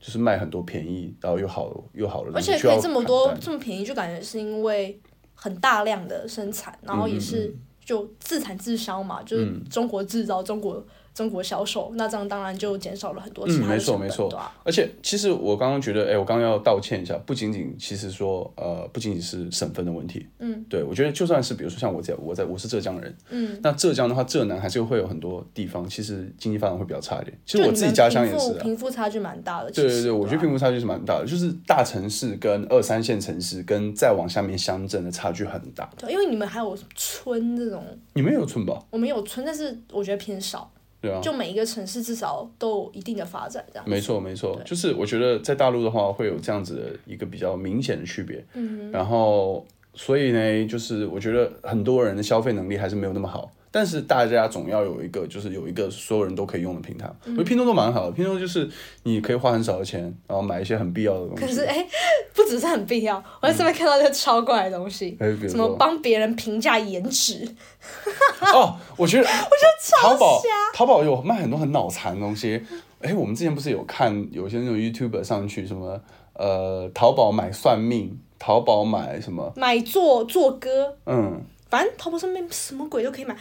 Speaker 1: 就是卖很多便宜，然后又好又好的东
Speaker 2: 而
Speaker 1: 西，
Speaker 2: 且
Speaker 1: 需
Speaker 2: 可
Speaker 1: 要
Speaker 2: 以这么多
Speaker 1: 砍单
Speaker 2: 这么便宜，就感觉是因为很大量的生产，然
Speaker 1: 嗯
Speaker 2: 后也是就自产自销嘛，就是中国制造、中国中国销售，那这样当然就减少了很多其
Speaker 1: 嗯
Speaker 2: 他
Speaker 1: 没
Speaker 2: 的
Speaker 1: 错
Speaker 2: 成本，
Speaker 1: 没错
Speaker 2: 对吧？
Speaker 1: 而且其实我刚刚觉得，哎，我刚刚要道歉一下，不仅仅其实说，呃，不仅仅是省份的问题，
Speaker 2: 嗯，
Speaker 1: 对我觉得就算是比如说像我在我在我是浙江人，
Speaker 2: 嗯，
Speaker 1: 那浙江的话，浙南还是会有很多地方其实经济发展会比较差一点。其实
Speaker 2: 就
Speaker 1: 我
Speaker 2: 你
Speaker 1: 自己
Speaker 2: 们
Speaker 1: 家乡也
Speaker 2: 贫
Speaker 1: 是、
Speaker 2: 富
Speaker 1: 啊，
Speaker 2: 贫富差距蛮大的，其
Speaker 1: 对对
Speaker 2: 实啊
Speaker 1: 对，我觉得
Speaker 2: 吧
Speaker 1: 贫富差距是蛮大的，就是大城市跟二三线城市跟再往下面乡镇的差距很大。
Speaker 2: 对，因为你们还有村这种，
Speaker 1: 你们有村吧？
Speaker 2: 我们有村，但是我觉得偏少，
Speaker 1: 对啊，
Speaker 2: 就每一个城市至少都有一定的发展，这样。
Speaker 1: 没错没错，就是我觉得在大陆的话会有这样子的一个比较明显的区别，嗯，然后所以呢，就是我觉得很多人的消费能力还是没有那么好。但是大家总要有一个，就是有一个所有人都可以用的平台。
Speaker 2: 嗯
Speaker 1: 我觉得拼多多蛮好的，拼多多就是你可以花很少的钱，然后买一些很必要的东西。
Speaker 2: 可是哎、不只是很必要，我在上面看到一个超怪的东西，
Speaker 1: 嗯哎比如
Speaker 2: 什么
Speaker 1: 说
Speaker 2: 帮别人评价颜值，
Speaker 1: 哦，我觉得我觉得淘宝淘宝有卖很多很脑残的东西。哎，我们之前不是有看有些那种 YouTuber 上去什么呃淘宝买算命，淘宝买什么
Speaker 2: 买做做歌，
Speaker 1: 嗯
Speaker 2: 反正淘宝上面什么鬼都可以买。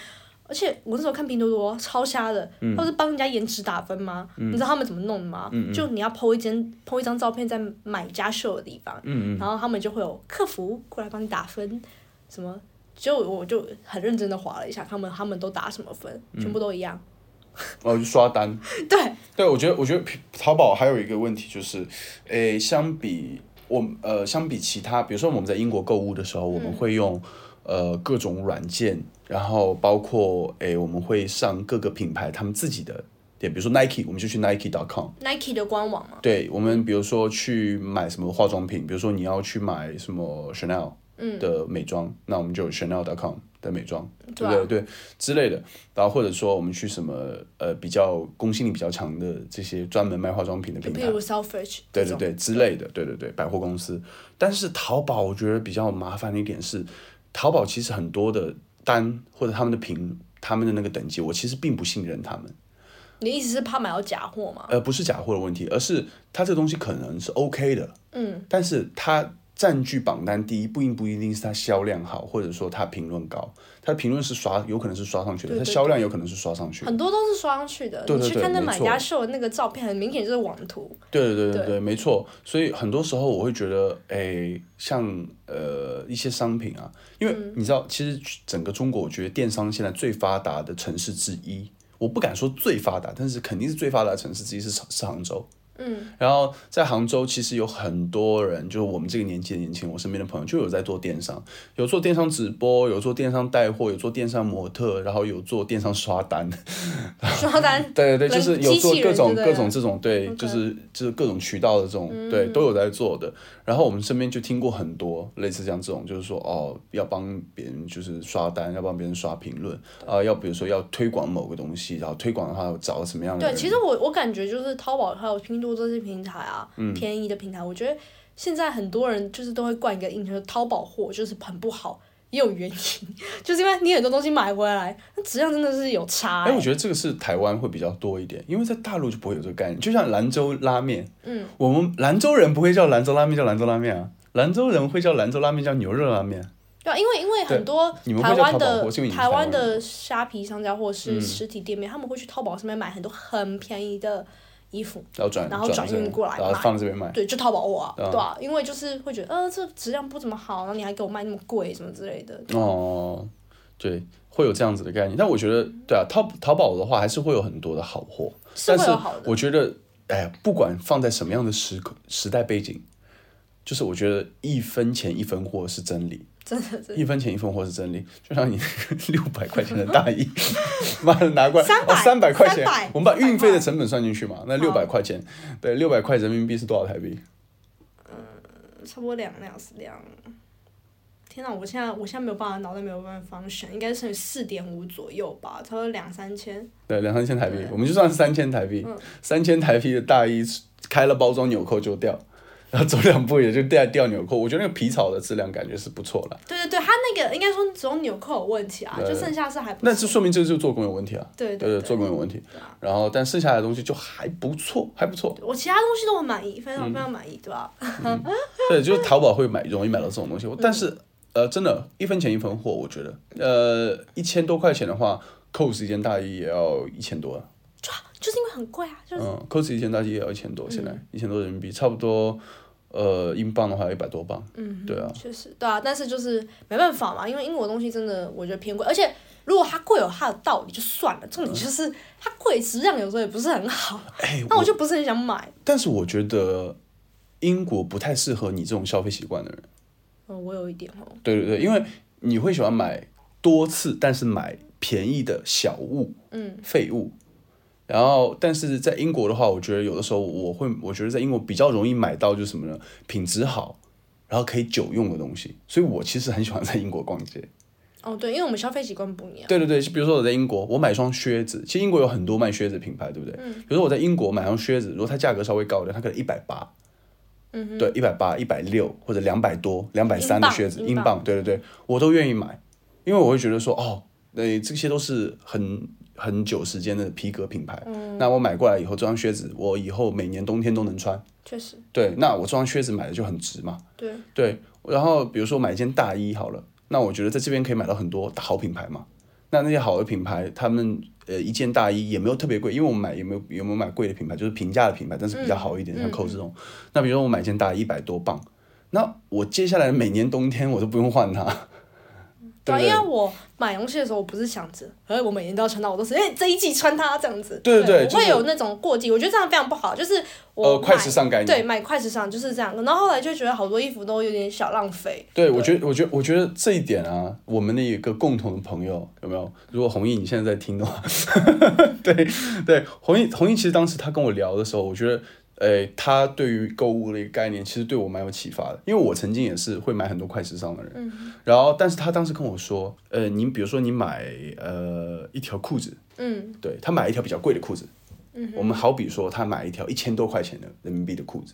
Speaker 2: 而且我那时候看拼多多超瞎的，
Speaker 1: 嗯
Speaker 2: 他不是帮人家颜值打分吗？你知道他们怎么弄的吗？就你要 PO 一间 PO 一张照片在买家秀的地方，
Speaker 1: 嗯
Speaker 2: 然后他们就会有客服过来帮你打分，什么。就我就很认真的划了一下，他们他们都打什么分，
Speaker 1: 嗯
Speaker 2: 全部都一样。
Speaker 1: 哦就刷单。
Speaker 2: 对，
Speaker 1: 对，我觉得我觉得平淘宝还有一个问题就是，诶，相比我呃相比其他，比如说我们在英国购物的时候，我们会用、呃各种软件，然后包括诶我们会上各个品牌他们自己的店，比如说 Nike，我们就去 Nike.com。
Speaker 2: Nike 的官网嘛，
Speaker 1: 对我们，比如说去买什么化妆品，比如说你要去买什么 Chanel
Speaker 2: 嗯
Speaker 1: 的美妆，那我们就有 Chanel.com 的美妆，对
Speaker 2: 啊
Speaker 1: 不对？对之类的。然后或者说我们去什么呃比较公信力比较强的这些专门卖化妆品的
Speaker 2: 就
Speaker 1: 品
Speaker 2: 比
Speaker 1: 牌，
Speaker 2: 如 Selfridge
Speaker 1: 对对
Speaker 2: 这种
Speaker 1: 对之类的，对对对，百货公司。但是淘宝我觉得比较麻烦的一点是，淘宝其实很多的单或者他们的评他们的那个等级，我其实并不信任他们。
Speaker 2: 你的意思是怕买到假货吗？
Speaker 1: 呃，不是假货的问题，而是它这个东西可能是 OK 的，嗯，但是它占据榜单第一，不一定不一定是它销量好，或者说它评论高，它评论是刷，有可能是刷上去的，
Speaker 2: 对
Speaker 1: 它
Speaker 2: 对
Speaker 1: 销量有可能是刷上去的，
Speaker 2: 很多都是刷上去的。
Speaker 1: 对对
Speaker 2: 你去
Speaker 1: 对
Speaker 2: 看那
Speaker 1: 没
Speaker 2: 买
Speaker 1: 错
Speaker 2: 家秀的那个照片，很明显就是网图。
Speaker 1: 对对对对对，没错。所以很多时候我会觉得，哎，像呃一些商品啊，因为你知道，其实整个中国，我觉得电商现在最发达的城市之一，我不敢说最发达，但是肯定是最发达的城市之一是是杭州。嗯，然后在杭州，其实有很多人，就是我们这个年纪的年轻人，我身边的朋友就有在做电商，有做电商直播，有做电商带货，有做电商模特，然后有做电商刷单，
Speaker 2: 刷单，
Speaker 1: 对对对，
Speaker 2: 人
Speaker 1: 就是有做各种
Speaker 2: 机器人之类的
Speaker 1: 各种这种对，就是就是各种渠道的这种对
Speaker 2: 嗯
Speaker 1: 都有在做的。然后我们身边就听过很多类似这样这种，就是说哦，要帮别人就是刷单，要帮别人刷评论啊、要比如说要推广某个东西，然后推广的话找什么样的
Speaker 2: 对，
Speaker 1: 人？
Speaker 2: 其实我我感觉就是淘宝还有拼多多这些平台啊，
Speaker 1: 嗯
Speaker 2: 便宜的平台，我觉得现在很多人就是都会冠一个印象，就是淘宝货就是很不好，也有原因， 就是因为你很多东西买回来，那质量真的是有差、
Speaker 1: 哎，
Speaker 2: 欸
Speaker 1: 我觉得这个是台湾会比较多一点，因为在大陆就不会有这个概念。就像兰州拉面，嗯，我们兰州人不会叫兰州拉面叫兰州拉面啊，兰州人会叫兰州拉面叫牛肉拉面。
Speaker 2: 对啊，因为因为很多
Speaker 1: 你们会
Speaker 2: 台
Speaker 1: 叫
Speaker 2: 湾
Speaker 1: 淘宝
Speaker 2: 的
Speaker 1: 货是因为你是台
Speaker 2: 台
Speaker 1: 湾人
Speaker 2: 湾
Speaker 1: 嗯
Speaker 2: 的虾皮商家或者是实体店面，他们会去淘宝上面买很多很便宜的衣服，
Speaker 1: 然后转
Speaker 2: 然后
Speaker 1: 转
Speaker 2: 转
Speaker 1: 这边
Speaker 2: 运过来
Speaker 1: 然后
Speaker 2: 卖
Speaker 1: 放在这边卖。
Speaker 2: 对，就淘宝货啊，
Speaker 1: 对啊
Speaker 2: 对啊，因为就是会觉得，呃，这质量不怎么好，然后你还给我卖那么贵什么之类的，
Speaker 1: 哦，对，会有这样子的概念。但我觉得，对啊，淘淘宝的话还是会有很多的好货，
Speaker 2: 是
Speaker 1: 但
Speaker 2: 会
Speaker 1: 是
Speaker 2: 有好的。
Speaker 1: 我觉得，哎，不管放在什么样的时刻时代背景，就是我觉得一分钱一分货是真理。
Speaker 2: 真的真
Speaker 1: 一分钱一分货是真理，就像你 那个六百块钱的大衣， 妈的拿过来，
Speaker 2: 300
Speaker 1: 哦，三百块钱
Speaker 2: 300，
Speaker 1: 我们把运费的成本算进去嘛，那六
Speaker 2: 嗯
Speaker 1: 百块钱，对，六百块人民币是多少台币？
Speaker 2: 的差不多两两两。天啊哪，我现在我现在没有办法，脑袋没有办法 function，应该是四点五左右吧，差不多两三千。
Speaker 1: 对，两三千台币，我们就算三千台币，三千台币的大衣开了包装纽扣就掉， 然后走两步也就掉掉纽扣。我觉得那个皮草的质量感觉是不错了，
Speaker 2: 对对对，它那个应该说只有纽扣有问题啊，
Speaker 1: 对
Speaker 2: 就剩下是还不
Speaker 1: 那
Speaker 2: 错
Speaker 1: 就说明这就是做工有问题啊。
Speaker 2: 对
Speaker 1: 对
Speaker 2: 对
Speaker 1: 做工有问题。啊然后但剩下的东西就还不错，还不错。
Speaker 2: 我其他东西都很满意，非常非常满意，对吧、
Speaker 1: 对，就是淘宝会买容易买到这种东西，但是呃，真的，一分钱一分货，我觉得，呃，一千多块钱的话，COS 一件大衣也要一千多啊。
Speaker 2: 就是因为很贵啊，就是、
Speaker 1: 嗯，cos 一件大衣也要一千多，现在一千多人民币，差不多，呃，英镑的话一百多镑。嗯，对啊，
Speaker 2: 确实对啊，但是就是没办法嘛，因为英国东西真的我觉得偏贵，而且如果它贵有它的道理就算了，重点就是它贵质量有时候也不是很好，
Speaker 1: 哎，
Speaker 2: 那我
Speaker 1: 我
Speaker 2: 就不是很想买。
Speaker 1: 但是我觉得英国不太适合你这种消费习惯的人。
Speaker 2: 嗯，我有一点哦，
Speaker 1: 对对对，因为你会喜欢买多次，但是买便宜的小物，嗯，废物。然后，但是在英国的话，我觉得有的时候我会，我觉得在英国比较容易买到就是什么呢？品质好，然后可以久用的东西。所以我其实很喜欢在英国逛街。
Speaker 2: 哦，对，因为我们消费习惯不一样。
Speaker 1: 对对对，比如说我在英国，我买双靴子，其实英国有很多卖靴子品牌，对不对？比如说我在英国买双靴子，如果它价格稍微高一点，它可能一百八，嗯对，一百八、一百六或者两百多、两百三的
Speaker 2: 镑
Speaker 1: 靴子，
Speaker 2: 英
Speaker 1: 英镑，对对对，我都愿意买，因为我会觉得说，哦，呃，这些都是很很久时间的皮革品牌，那我买过来以后，这双靴子我以后每年冬天都能穿，
Speaker 2: 确实，
Speaker 1: 对，那我这双靴子买的就很值嘛，
Speaker 2: 对，
Speaker 1: 对，然后比如说买一件大衣好了，那我觉得在这边可以买到很多好品牌嘛。那那些好的品牌，他们呃一件大衣也没有特别贵，因为我们买也没有有没有买贵的品牌，就是平价的品牌，但是比
Speaker 2: 嗯
Speaker 1: 较好一点，像 COS 这种。那比如说我买一件大衣一百多磅，那我接下来每年冬天我都不用换它，对
Speaker 2: 对
Speaker 1: 不
Speaker 2: 啊，
Speaker 1: 对
Speaker 2: 因？为我买东西的时候，我不是想着，哎，我每年都要穿到，我都是哎这一季穿它这样子。
Speaker 1: 对对对
Speaker 2: 我
Speaker 1: 就是
Speaker 2: 会有那种过季，我觉得这样非常不好。就是我
Speaker 1: 呃，快
Speaker 2: 买
Speaker 1: 时尚概念。
Speaker 2: 对买快时尚就是这样，然后后来就觉得好多衣服都有点小浪费。
Speaker 1: 对，我觉得，我觉得，我觉得这一点啊，我们的一个共同的朋友有没有？如果弘毅你现在在听的话， 对对，弘毅，弘毅其实当时他跟我聊的时候，我觉得，诶、他对于购物的一个概念，其实对我蛮有启发的，因为我曾经也是会买很多快时尚的人，然后，但是他当时跟我说，呃，你比如说你买呃一条裤子，
Speaker 2: 嗯，
Speaker 1: 对他买一条比较贵的裤子，嗯，我们好比说他买一条一千多块钱的人民币的裤子。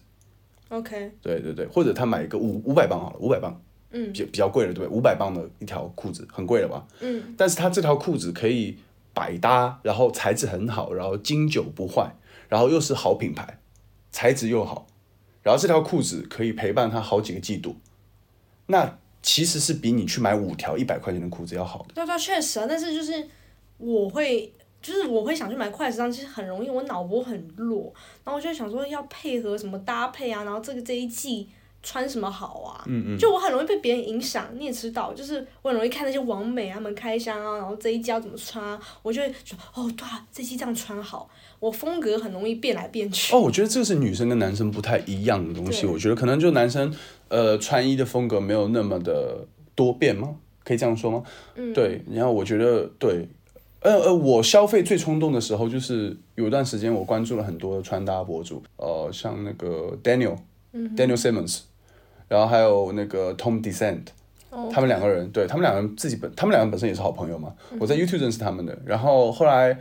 Speaker 2: OK，
Speaker 1: 对对对，或者他买一个五五百磅好了，五百磅，嗯，比比较贵了，对不对？五百磅的一条裤子很贵了吧？嗯，但是他这条裤子可以百搭，然后材质很好，然后经久不坏，然后又是好品牌，材质又好，然后这条裤子可以陪伴他好几个季度，那其实是比你去买五条一百块钱的裤子要好的。
Speaker 2: 对对，确实啊，但是就是我会，就是我会想去买快时尚，其实很容易，我脑波很弱，然后我就想说要配合什么搭配啊，然后这个这一季穿什么好啊，嗯嗯，就我很容易被别人影响，你也知道，就是我很容易看那些网美啊他们开箱啊，然后这一季要怎么穿啊，我就会说哦对啊，这季这样穿好，我风格很容易变来变去，
Speaker 1: 哦，我觉得这是女生跟男生不太一样的东西。
Speaker 2: 对
Speaker 1: 我觉得可能就男生，呃，穿衣的风格没有那么的多变吗？可以这样说吗？嗯，对。然后我觉得对，呃呃，我消费最冲动的时候就是有一段时间，我关注了很多的穿搭博主，呃，像那个 Daniel，Daniel、Simmons，然后还有那个 Tom Descent，、他们两个人，对他们两个人自己本，他们两个人本身也是好朋友嘛。我在 YouTube 认识他们的，然后后来，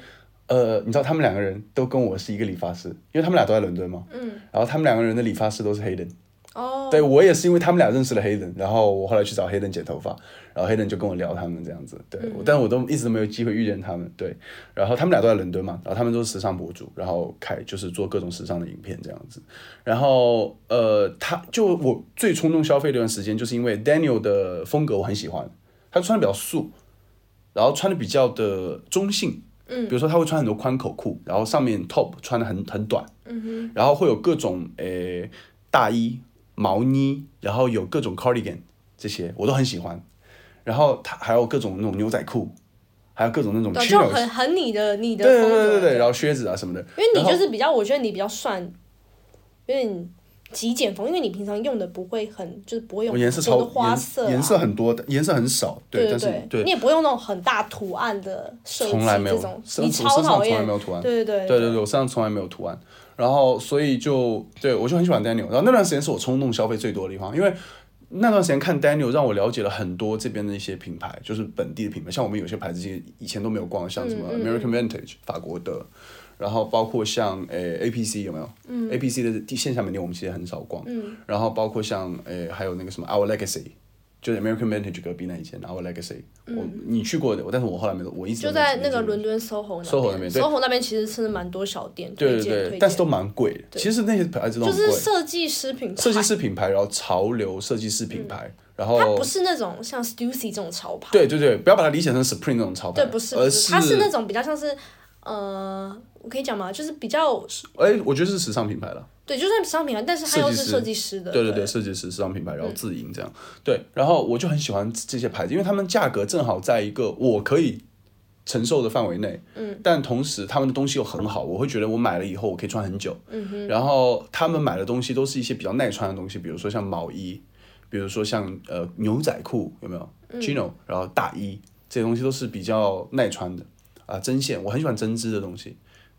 Speaker 1: 呃，你知道他们两个人都跟我是一个理发师，因为他们俩都在伦敦嘛。嗯。然后他们两个人的理发师都是黑人。
Speaker 2: 哦，
Speaker 1: 对我也是因为他们俩认识了黑人，然后我后来去找黑人剪头发，然后黑人就跟我聊他们这样子，对，我但我都一直都没有机会遇见他们，对，然后他们俩都在伦敦嘛，然后他们都是时尚博主，然后开就是做各种时尚的影片这样子，然后呃，他就我最冲动消费这段时间，就是因为 Daniel 的风格我很喜欢，他穿的比较素，然后穿的比较的中性。嗯，比如说他会穿很多宽口裤，然后上面 top 穿的很很短，嗯哼，然后会有各种诶、大衣、毛呢，然后有各种 cardigan 这些，我都很喜欢。然后它还有各种那种牛仔裤，还有各种那种
Speaker 2: 对，啊就
Speaker 1: chinos，
Speaker 2: 很很你的你的
Speaker 1: 对对
Speaker 2: 风格，
Speaker 1: 对对对，然后靴子啊什么的。
Speaker 2: 因为你
Speaker 1: 然后
Speaker 2: 就是比较，我觉得你比较算，有点极简风，因为你平常用的不会很，就是不会用
Speaker 1: 我颜色
Speaker 2: 很多
Speaker 1: 超
Speaker 2: 的花色、啊
Speaker 1: 颜，颜色很多，颜色很少，
Speaker 2: 对
Speaker 1: 但是
Speaker 2: 对你也不用那种很大图案的设计，
Speaker 1: 从来没有
Speaker 2: 这种，
Speaker 1: 身
Speaker 2: 你
Speaker 1: 我
Speaker 2: 超
Speaker 1: 身上
Speaker 2: 讨
Speaker 1: 从来
Speaker 2: 厌
Speaker 1: 没，有图案。
Speaker 2: 对对对
Speaker 1: 对对对，我身上从来没有图案。然后所以就对我就很喜欢 Daniel，然后那段时间是我冲动消费最多的地方，因为那段时间看 Daniel 让我了解了很多这边的一些品牌，就是本地的品牌，像我们有些牌子其实以前都没有逛，像什么
Speaker 2: 嗯
Speaker 1: American Vintage 法国的，然后包括像呃诶 APC 有没有？嗯，APC 的地线下门店我们其实很少逛，嗯，然后包括像诶还有那个什么 Our Legacy。就是 American Vintage 隔壁那一间，Our Legacy，、我你去过的，但是我后来没有，我一直都
Speaker 2: 嗯
Speaker 1: 没
Speaker 2: 就在
Speaker 1: 没
Speaker 2: 那
Speaker 1: 去
Speaker 2: 个
Speaker 1: 过
Speaker 2: 伦敦 SOHO
Speaker 1: SOHO 那边
Speaker 2: 边
Speaker 1: 对
Speaker 2: ，SOHO 那边其实是蛮多小店
Speaker 1: 对
Speaker 2: 推
Speaker 1: 对
Speaker 2: 荐推
Speaker 1: 对
Speaker 2: 荐，，
Speaker 1: 但是都蛮贵的。其实那些牌子都
Speaker 2: 就
Speaker 1: 很贵
Speaker 2: 是，设计师品牌，
Speaker 1: 设计师品牌，然后潮流设计师品牌，然
Speaker 2: 它
Speaker 1: 后
Speaker 2: 不是那种像 Stussy 这种潮牌，
Speaker 1: 对对对，不要把它理解成 Supreme 那种潮牌，
Speaker 2: 对，不是，
Speaker 1: 而
Speaker 2: 不是它是那种比较像是，呃，我可以讲吗？就是比较
Speaker 1: 哎，我觉得是时尚品牌了。
Speaker 2: 对，就算商品牌，啊但是它
Speaker 1: 设
Speaker 2: 又
Speaker 1: 计
Speaker 2: 是
Speaker 1: 师
Speaker 2: 设计师的。
Speaker 1: 对对嗯对，设计师时尚品牌，然后自营这样。对，然后我就很喜欢这些牌子，因为他们价格正好在一个我可以承受的范围内。嗯。但同时，他们的东西又很好，我会觉得我买了以后我可以穿很久。嗯哼。然后他们买的东西都是一些比较耐穿的东西，比如说像毛衣，比如说像呃牛仔裤，有没有？Gino，、然后大衣这些东西都是比较耐穿的啊，针线，我很喜欢针织的东西。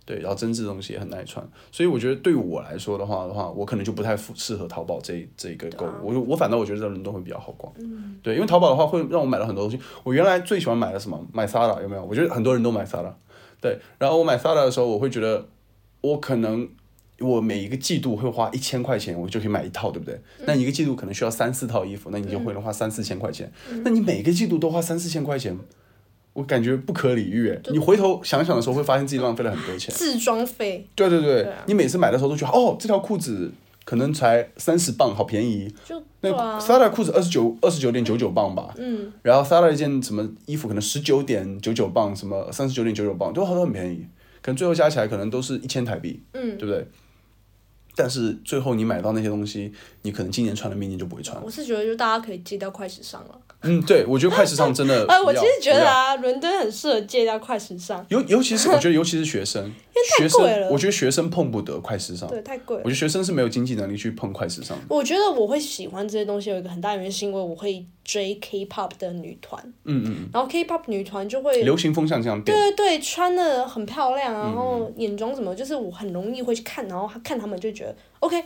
Speaker 1: 对，然后针织的东西也很耐穿，所以我觉得对我来说的话的话，我可能就不太符适合淘宝这这一个购物，我我反倒我觉得在伦敦会比较好逛，嗯、对，因为淘宝的话会让我买到很多东西，我原来最喜欢买的什么买 Sara 有没有？我觉得很多人都买 Sara，对，然后我买 Sara 的时候，我会觉得我可能我每一个季度会花一千块钱，我就可以买一套，对不对？那你一个季度可能需要三四套衣服，那你就会花三四千块钱，那你每个季度都花三四千块钱。我感觉不可理喻，你回头想想的时候，会发现自己浪费了很多钱。
Speaker 2: 自装费，
Speaker 1: 对对对，
Speaker 2: 对啊
Speaker 1: 你每次买的时候都觉得，哦，这条裤子可能才三十磅，好便宜。
Speaker 2: 就
Speaker 1: 那
Speaker 2: 对啊，
Speaker 1: Sara 裤子二十九二十九点九九磅吧，
Speaker 2: 嗯，
Speaker 1: 然后 Sara 一件什么衣服可能十九点九九磅，什么三十九点九九磅，都好像很便宜，可能最后加起来可能都是一千台币，
Speaker 2: 嗯
Speaker 1: 对不对？但是最后你买到那些东西，你可能今年穿了，明年就不会 穿了。
Speaker 2: 我是觉得就大家可以戒掉快时尚了。
Speaker 1: 嗯，对，我觉得快时尚真的不要。
Speaker 2: 哎，我其实觉
Speaker 1: 不
Speaker 2: 得
Speaker 1: 要
Speaker 2: 啊，伦敦很适合戒掉快时尚，
Speaker 1: 尤尤 其是我觉得，尤其是学生，学
Speaker 2: 太
Speaker 1: 生
Speaker 2: 贵了，
Speaker 1: 我觉得学生碰不得快时尚。
Speaker 2: 对，太贵
Speaker 1: 我
Speaker 2: 了
Speaker 1: 觉。得学生是没有经济能力去碰快时尚的。
Speaker 2: 我觉得我会喜欢这些东西有一个很大的原因，是因为我会追 K-pop 的女团，
Speaker 1: 嗯嗯
Speaker 2: 然后 K-pop 女团就会
Speaker 1: 嗯，流行风向这样变。
Speaker 2: 对对，穿的很漂亮，
Speaker 1: 嗯
Speaker 2: 然后眼妆什么，就是我很容易会去看，然后看他们就觉得 OK。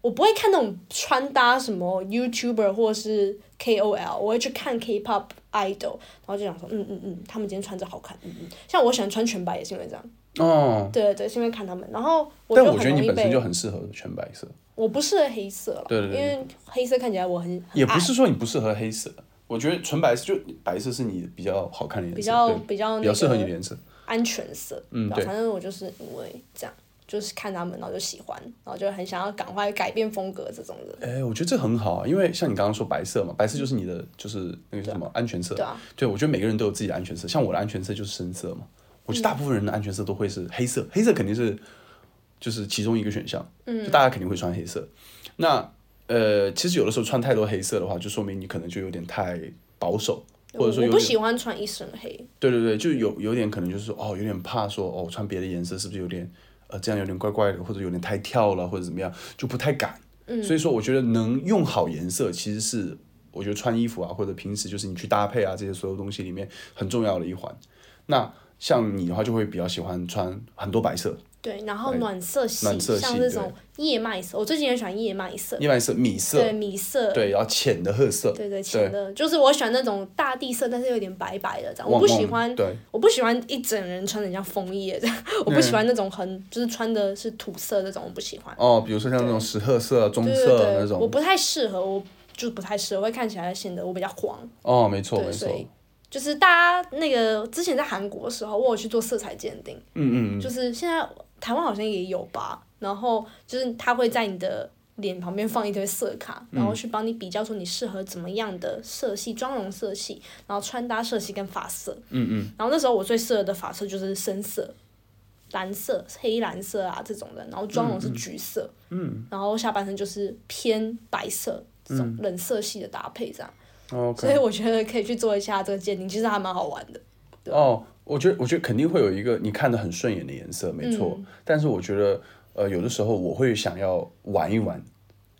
Speaker 2: 我不会看那种穿搭什么 YouTuber 或是 KOL，我会去看 K-pop idol，然后就想说，嗯嗯嗯，他们今天穿着好看，嗯嗯。像我喜欢穿全白也是因为这样，
Speaker 1: 哦，
Speaker 2: 对对对，是因为看他们。然后我
Speaker 1: 但
Speaker 2: 就
Speaker 1: 我
Speaker 2: 很
Speaker 1: 觉得
Speaker 2: 容
Speaker 1: 你
Speaker 2: 易
Speaker 1: 本身
Speaker 2: 被，
Speaker 1: 就很适合全白色，
Speaker 2: 我不适合黑色了，
Speaker 1: 对对对
Speaker 2: 因为黑色看起来我很啊很
Speaker 1: 也不
Speaker 2: 矮
Speaker 1: 是说你不适合黑色。我觉得纯白色就白色是你比较好看的颜色，
Speaker 2: 比较
Speaker 1: 对
Speaker 2: 比较
Speaker 1: 比
Speaker 2: 那
Speaker 1: 较适合你的
Speaker 2: 个
Speaker 1: 颜色。
Speaker 2: 安全色，
Speaker 1: 嗯
Speaker 2: 然后
Speaker 1: 对
Speaker 2: 反正我就是因为这样，就是看他们，然后就喜欢，然后就很想要赶快改变风格这种的，
Speaker 1: 哎，我觉得这很好啊，因为像你刚刚说白色嘛，白色就是你的就是那个叫什么安全色。
Speaker 2: 对啊，
Speaker 1: 对，我觉得每个人都有自己的安全色，像我的安全色就是深色嘛。我觉得大
Speaker 2: 嗯
Speaker 1: 部分人的安全色都会是黑色，黑色肯定是就是其中一个选项，嗯，就大家肯定会穿黑色。那呃，其实有的时候穿太多黑色的话，就说明你可能就有点太保守，或者说有
Speaker 2: 我我不
Speaker 1: 点
Speaker 2: 喜欢穿一身黑，
Speaker 1: 对对对，就有有点可能就是说哦，有点怕说哦，我穿别的颜色是不是有点呃这样有点怪怪的，或者有点太跳了，或者怎么样，就不太敢。嗯、所以说，我觉得能用好颜色其实是我觉得穿衣服啊，或者平时就是你去搭配啊这些所有东西里面很重要的一环。那像你的话，就会比较喜欢穿很多白色、
Speaker 2: 对，然后
Speaker 1: 白
Speaker 2: 暖色系，
Speaker 1: 哎暖色系
Speaker 2: 像那种夜麦色，我最近也喜欢夜麦色，
Speaker 1: 另外是米色，
Speaker 2: 对米色，
Speaker 1: 对，然后浅的褐色，
Speaker 2: 对对浅的，就是我喜欢那种大地色，但是有点白白的这样，
Speaker 1: 旺
Speaker 2: 我不喜
Speaker 1: 旺
Speaker 2: 欢。
Speaker 1: 对，
Speaker 2: 我不喜欢一整人穿的像枫叶这样，我不喜欢那种很就是穿的是土色那种，我不喜欢。
Speaker 1: 嗯哦，比如说像那种石褐色、棕
Speaker 2: 对对
Speaker 1: 色
Speaker 2: 对，
Speaker 1: 那种，
Speaker 2: 我不太适合，我就不太适合，会看起来显得我比较黄。
Speaker 1: 哦，没错
Speaker 2: 对
Speaker 1: 没错
Speaker 2: 所，以就是大家那个之前在韩国的时候，我有去做色彩鉴定，
Speaker 1: 嗯嗯嗯，
Speaker 2: 就是现在台湾好像也有吧。然后就是他会在你的脸旁边放一堆色卡，然
Speaker 1: 嗯
Speaker 2: 后去帮你比较说你适合怎么样的色系、妆容色系，然后穿搭色系跟发色。
Speaker 1: 嗯嗯，
Speaker 2: 然后那时候我最适合的发色就是深色、蓝色、黑蓝色啊这种的，然后妆
Speaker 1: 嗯
Speaker 2: 容是橘色，嗯，然后下半身就是偏白色这种
Speaker 1: 嗯
Speaker 2: 冷色系的搭配这样。
Speaker 1: 哦 OK。
Speaker 2: 所以我觉得可以去做一下这个鉴定，其实还蛮好玩的。
Speaker 1: 哦，我觉得我觉得肯定会有一个你看的很顺眼的颜色，没
Speaker 2: 嗯
Speaker 1: 错。但是我觉得，呃，有的时候我会想要玩一玩，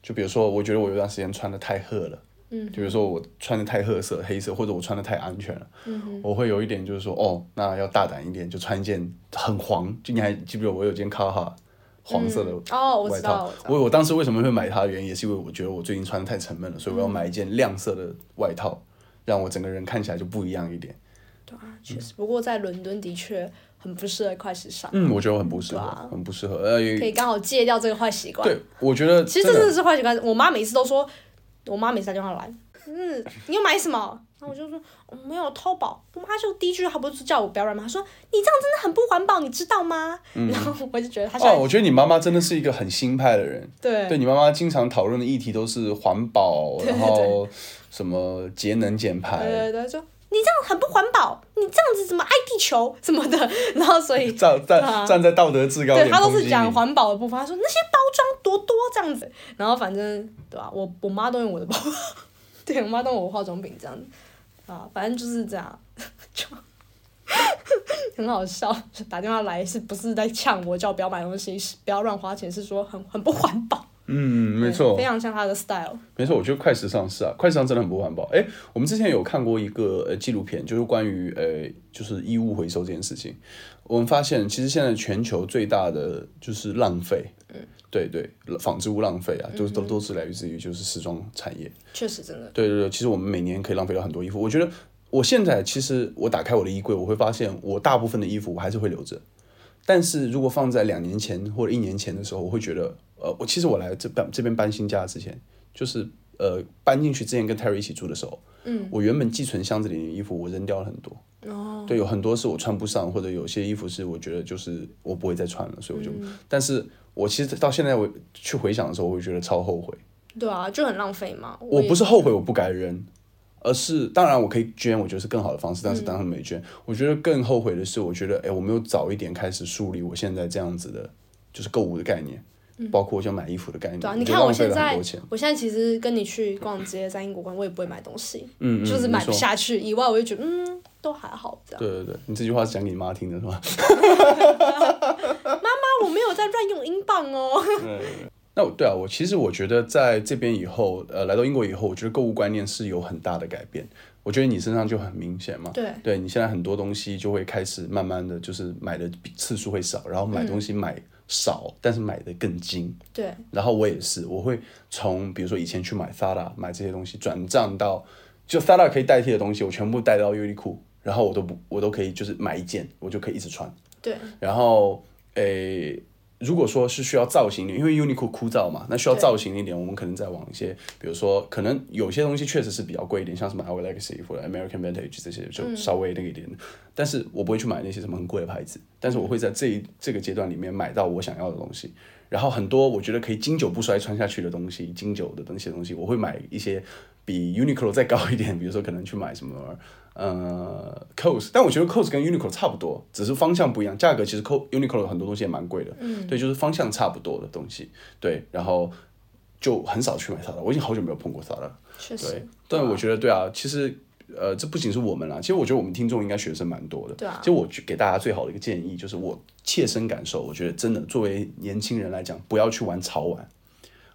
Speaker 1: 就比如说，我觉得我有段时间穿的太褐了，嗯，就比如说我穿的太褐色、黑色，或者我穿的太安全了，嗯，我会有一点就是说，哦，那要大胆一点，就穿一件很黄，就你还记不记得我有件卡哈黄色的
Speaker 2: 哦，我
Speaker 1: 外
Speaker 2: 知道，
Speaker 1: 套
Speaker 2: 我知。道
Speaker 1: 我我当时为什么会买它的原因，也是因为我觉得我最近穿的太沉闷了，所以我
Speaker 2: 嗯
Speaker 1: 要买一件亮色的外套，让我整个人看起来就不一样一点。
Speaker 2: 对
Speaker 1: 嗯
Speaker 2: 啊，确实。不过在伦敦的确很不适合快时尚，
Speaker 1: 嗯，我觉得我很不适合，
Speaker 2: 对啊
Speaker 1: 很不适合。呃，
Speaker 2: 可
Speaker 1: 也
Speaker 2: 以刚好戒掉这个坏习惯。
Speaker 1: 对，我觉得
Speaker 2: 其实这真
Speaker 1: 真
Speaker 2: 的是坏习惯。我妈每次都说，我妈每次打电话来，嗯，你要买什么？然后我就说我没有淘宝，我妈就第一句她不是叫我不要乱买，她说你这样真的很不环保，你知道吗？
Speaker 1: 嗯
Speaker 2: 然后我就觉得她现在、
Speaker 1: 哦，我觉得你妈妈真的是一个很新派的人。
Speaker 2: 对
Speaker 1: 哦对你妈妈经常讨论的议题都是环保，
Speaker 2: 对
Speaker 1: 然后什么节能减排，
Speaker 2: 对对对，说你这样很不环保，你这样子怎么爱地球什么的， 然后所以
Speaker 1: 站站
Speaker 2: 啊
Speaker 1: 站在道德制高
Speaker 2: 对
Speaker 1: 点
Speaker 2: 他都
Speaker 1: 抨击
Speaker 2: 是讲
Speaker 1: 你。
Speaker 2: 环保的部分，他说那些包装多多这样子，然后反正对吧、我我妈都用我的包， 对我妈都用我化妆品这样子，啊，反正就是这样， 就很好笑。就打电话来是不是在呛我叫我不要买东西，是不要乱花钱，是说很很不环保。
Speaker 1: 嗯，没错，
Speaker 2: 非常像他的 style。
Speaker 1: 没错，我觉得快时尚是啊，快时尚真的很不环保。哎，我们之前有看过一个呃纪录片，就是关于呃就是衣物回收这件事情。我们发现，其实现在全球最大的就是浪费，嗯，对对，纺织物浪费啊，都都都是来自于就是时装产业。
Speaker 2: 确实，真的，
Speaker 1: 对对对，其实我们每年可以浪费掉很多衣服。我觉得我现在其实我打开我的衣柜，我会发现我大部分的衣服我还是会留着，但是如果放在两年前或者一年前的时候，我会觉得，呃，我其实我来这搬这边搬新家之前，就是呃搬进去之前跟 Terry 一起住的时候，嗯，我原本寄存箱子里的衣服我扔掉了很多。哦，对，有很多是我穿不上，或者有些衣服是我觉得就是我不会再穿了，所以我就，但是我其实到现在我去回想的时候，我会觉得超后悔。
Speaker 2: 对啊，就很浪费嘛。
Speaker 1: 我
Speaker 2: 也
Speaker 1: 不是后悔我不该扔，而是当然我可以捐，我觉得是更好的方式，但是当然没捐。我觉得更后悔的是，我觉得哎，我没有早一点开始树立我现在这样子的，就是购物的概念，包括像买衣服的概念。
Speaker 2: 对啊，
Speaker 1: 我
Speaker 2: 你
Speaker 1: 觉
Speaker 2: 看
Speaker 1: 得嗯
Speaker 2: 我
Speaker 1: 浪费
Speaker 2: 现
Speaker 1: 了很
Speaker 2: 在
Speaker 1: 多钱，
Speaker 2: 我现在其实跟你去逛街，在英国逛，我也不会买东西，
Speaker 1: 嗯嗯，
Speaker 2: 就是
Speaker 1: 没
Speaker 2: 买不
Speaker 1: 错。
Speaker 2: 下去以外，我就觉得嗯，都还好这样。
Speaker 1: 对对对，你这句话是讲给你妈听的是吗？
Speaker 2: 啊，我没有在乱用英镑哦。
Speaker 1: 那我对啊，我其实我觉得在这边以后，呃，来到英国以后，我觉得购物观念是有很大的改变。我觉得你身上就很明显嘛，
Speaker 2: 对
Speaker 1: 对你现在很多东西就会开始慢慢的就是买的次数会少，然后买东西买少，但是买的更精。
Speaker 2: 对，
Speaker 1: 然后我也是，我会从比如说以前去买 Zara 买这些东西，转账到就 Zara 可以代替的东西，我全部带到优衣库，然后我都不我都可以就是买一件，我就可以一直穿。
Speaker 2: 对，
Speaker 1: 然后诶、如果说是需要造型的，因为 Uniqlo 枯燥嘛，那需要造型一点，我们可能再往一些，比如说可能有些东西确实是比较贵一点，像什么 Our Legacy 或者 American Vintage 这些就稍微那个一点，但是我不会去买那些什么很贵的牌子，但是我会在这一这个阶段里面买到我想要的东西。然后很多我觉得可以经久不衰穿下去的东西，经久的那些东西，我会买一些比 Uniqlo 再高一点，比如说可能去买什么呃 COS，但我觉得 COS 跟 Uniqlo 差不多，只是方向不一样，价格其实 CO Uniqlo 有很多东西也蛮贵的，嗯，对，就是方向差不多的东西，对，然后就很少去买它了，我已经好久没有碰过它了，
Speaker 2: 确
Speaker 1: 对
Speaker 2: 实，，啊
Speaker 1: 但我觉得对啊，其实。呃，这不仅是我们啦，其实我觉得我们听众应该学生蛮多的。
Speaker 2: 对啊
Speaker 1: 其实我去给大家最好的一个建议就是，我切身感受，我觉得真的作为年轻人来讲，不要去玩潮玩，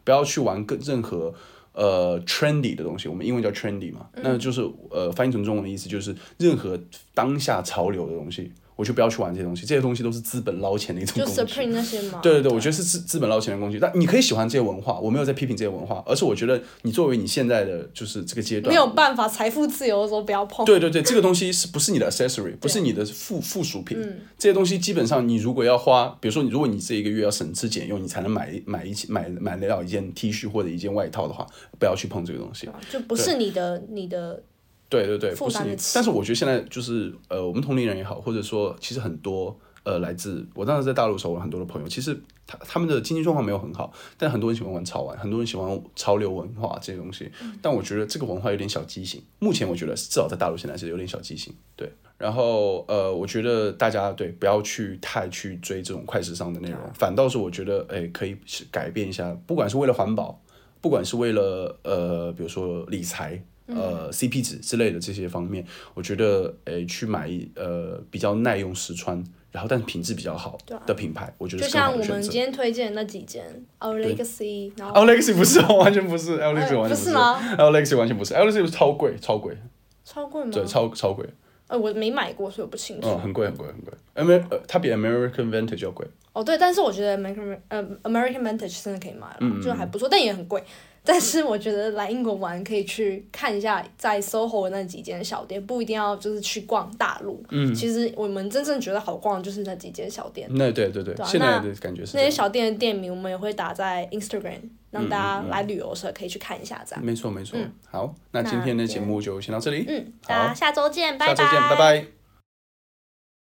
Speaker 1: 不要去玩更任何呃 trendy 的东西，我们英文叫 trendy
Speaker 2: 嗯
Speaker 1: 嘛，那就是呃翻译成中文的意思就是任何当下潮流的东西，我就不要去玩这些东西，这些东西都是资本捞钱的一种
Speaker 2: 就
Speaker 1: 工具。
Speaker 2: Supreme 那些嘛。
Speaker 1: 对对对，我觉得是资资本捞钱的工具，但你可以喜欢这些文化，我没有在批评这些文化，而是我觉得你作为你现在的就是这个阶段，
Speaker 2: 没有办法，财富自由的时候不要碰。
Speaker 1: 对对对，这个东西是不是你的 accessory，不是你的附附属品？
Speaker 2: 嗯
Speaker 1: 这些东西基本上你如果要花，比如说你如果你这一个月要省吃俭用，你才能买买一起买买得了一件 T 恤或者一件外套的话，不要去碰这个东西。
Speaker 2: 吧就不是你的你的
Speaker 1: 对对对，
Speaker 2: 负
Speaker 1: 不是
Speaker 2: 担
Speaker 1: 你
Speaker 2: 得起。
Speaker 1: 但是我觉得现在就是呃，我们同龄人也好，或者说其实很多呃，来自我当时在大陆的时候，我很多的朋友，其实他他们的经济状况没有很好，但很多人喜欢玩潮玩，很多人喜欢潮流文化这些东西。
Speaker 2: 嗯
Speaker 1: 但我觉得这个文化有点小畸形，目前我觉得至少在大陆现在是有点小畸形。对，然后呃，我觉得大家对不要去太去追这种快时尚的内容，反倒是我觉得哎，可以是改变一下，不管是为了环保，不管是为了呃，比如说理财。呃，CP
Speaker 2: 嗯
Speaker 1: 值之类的这些方面，我觉得，诶，去买一呃比较耐用、实穿，然后但是品质比较好的品牌，我觉得
Speaker 2: 啊就是
Speaker 1: 更
Speaker 2: 像
Speaker 1: 好的
Speaker 2: 我
Speaker 1: 选
Speaker 2: 们
Speaker 1: 择
Speaker 2: 今。天推荐的那几间 Our Legacy，然后
Speaker 1: 哦，Legacy 不是，哦， 完全不是，L Legacy 完全
Speaker 2: 哎不
Speaker 1: 是
Speaker 2: 是吗？
Speaker 1: l Legacy 完全不是，L Legacy 超贵，超贵，
Speaker 2: 超贵吗？
Speaker 1: 对，超超贵，
Speaker 2: 呃，我没买过，所以我不清楚。
Speaker 1: 嗯，很贵，很贵，很贵。Amer 呃，它比 American Vintage 要贵，
Speaker 2: 哦，对，但是我觉得 American 呃 American Vintage 真的可以买了，就还不错，但也很贵。但是我觉得来英国玩可以去看一下在 SOHO 的那几间小店，不一定要就是去逛大陆。嗯，其实我们真正觉得好逛的就是那几间小店，
Speaker 1: 那对对对
Speaker 2: 对，啊
Speaker 1: 现在
Speaker 2: 那
Speaker 1: 的感嗯觉是这
Speaker 2: 那些
Speaker 1: 样
Speaker 2: 小店的店名我们也会打在 Instagram，让大家来旅游的时候可以去看一下这样。嗯
Speaker 1: 嗯没错没错。好，那今天的节目就先到这里，
Speaker 2: 嗯，大家下周见，拜
Speaker 1: 下
Speaker 2: 拜。
Speaker 1: 周见，拜拜。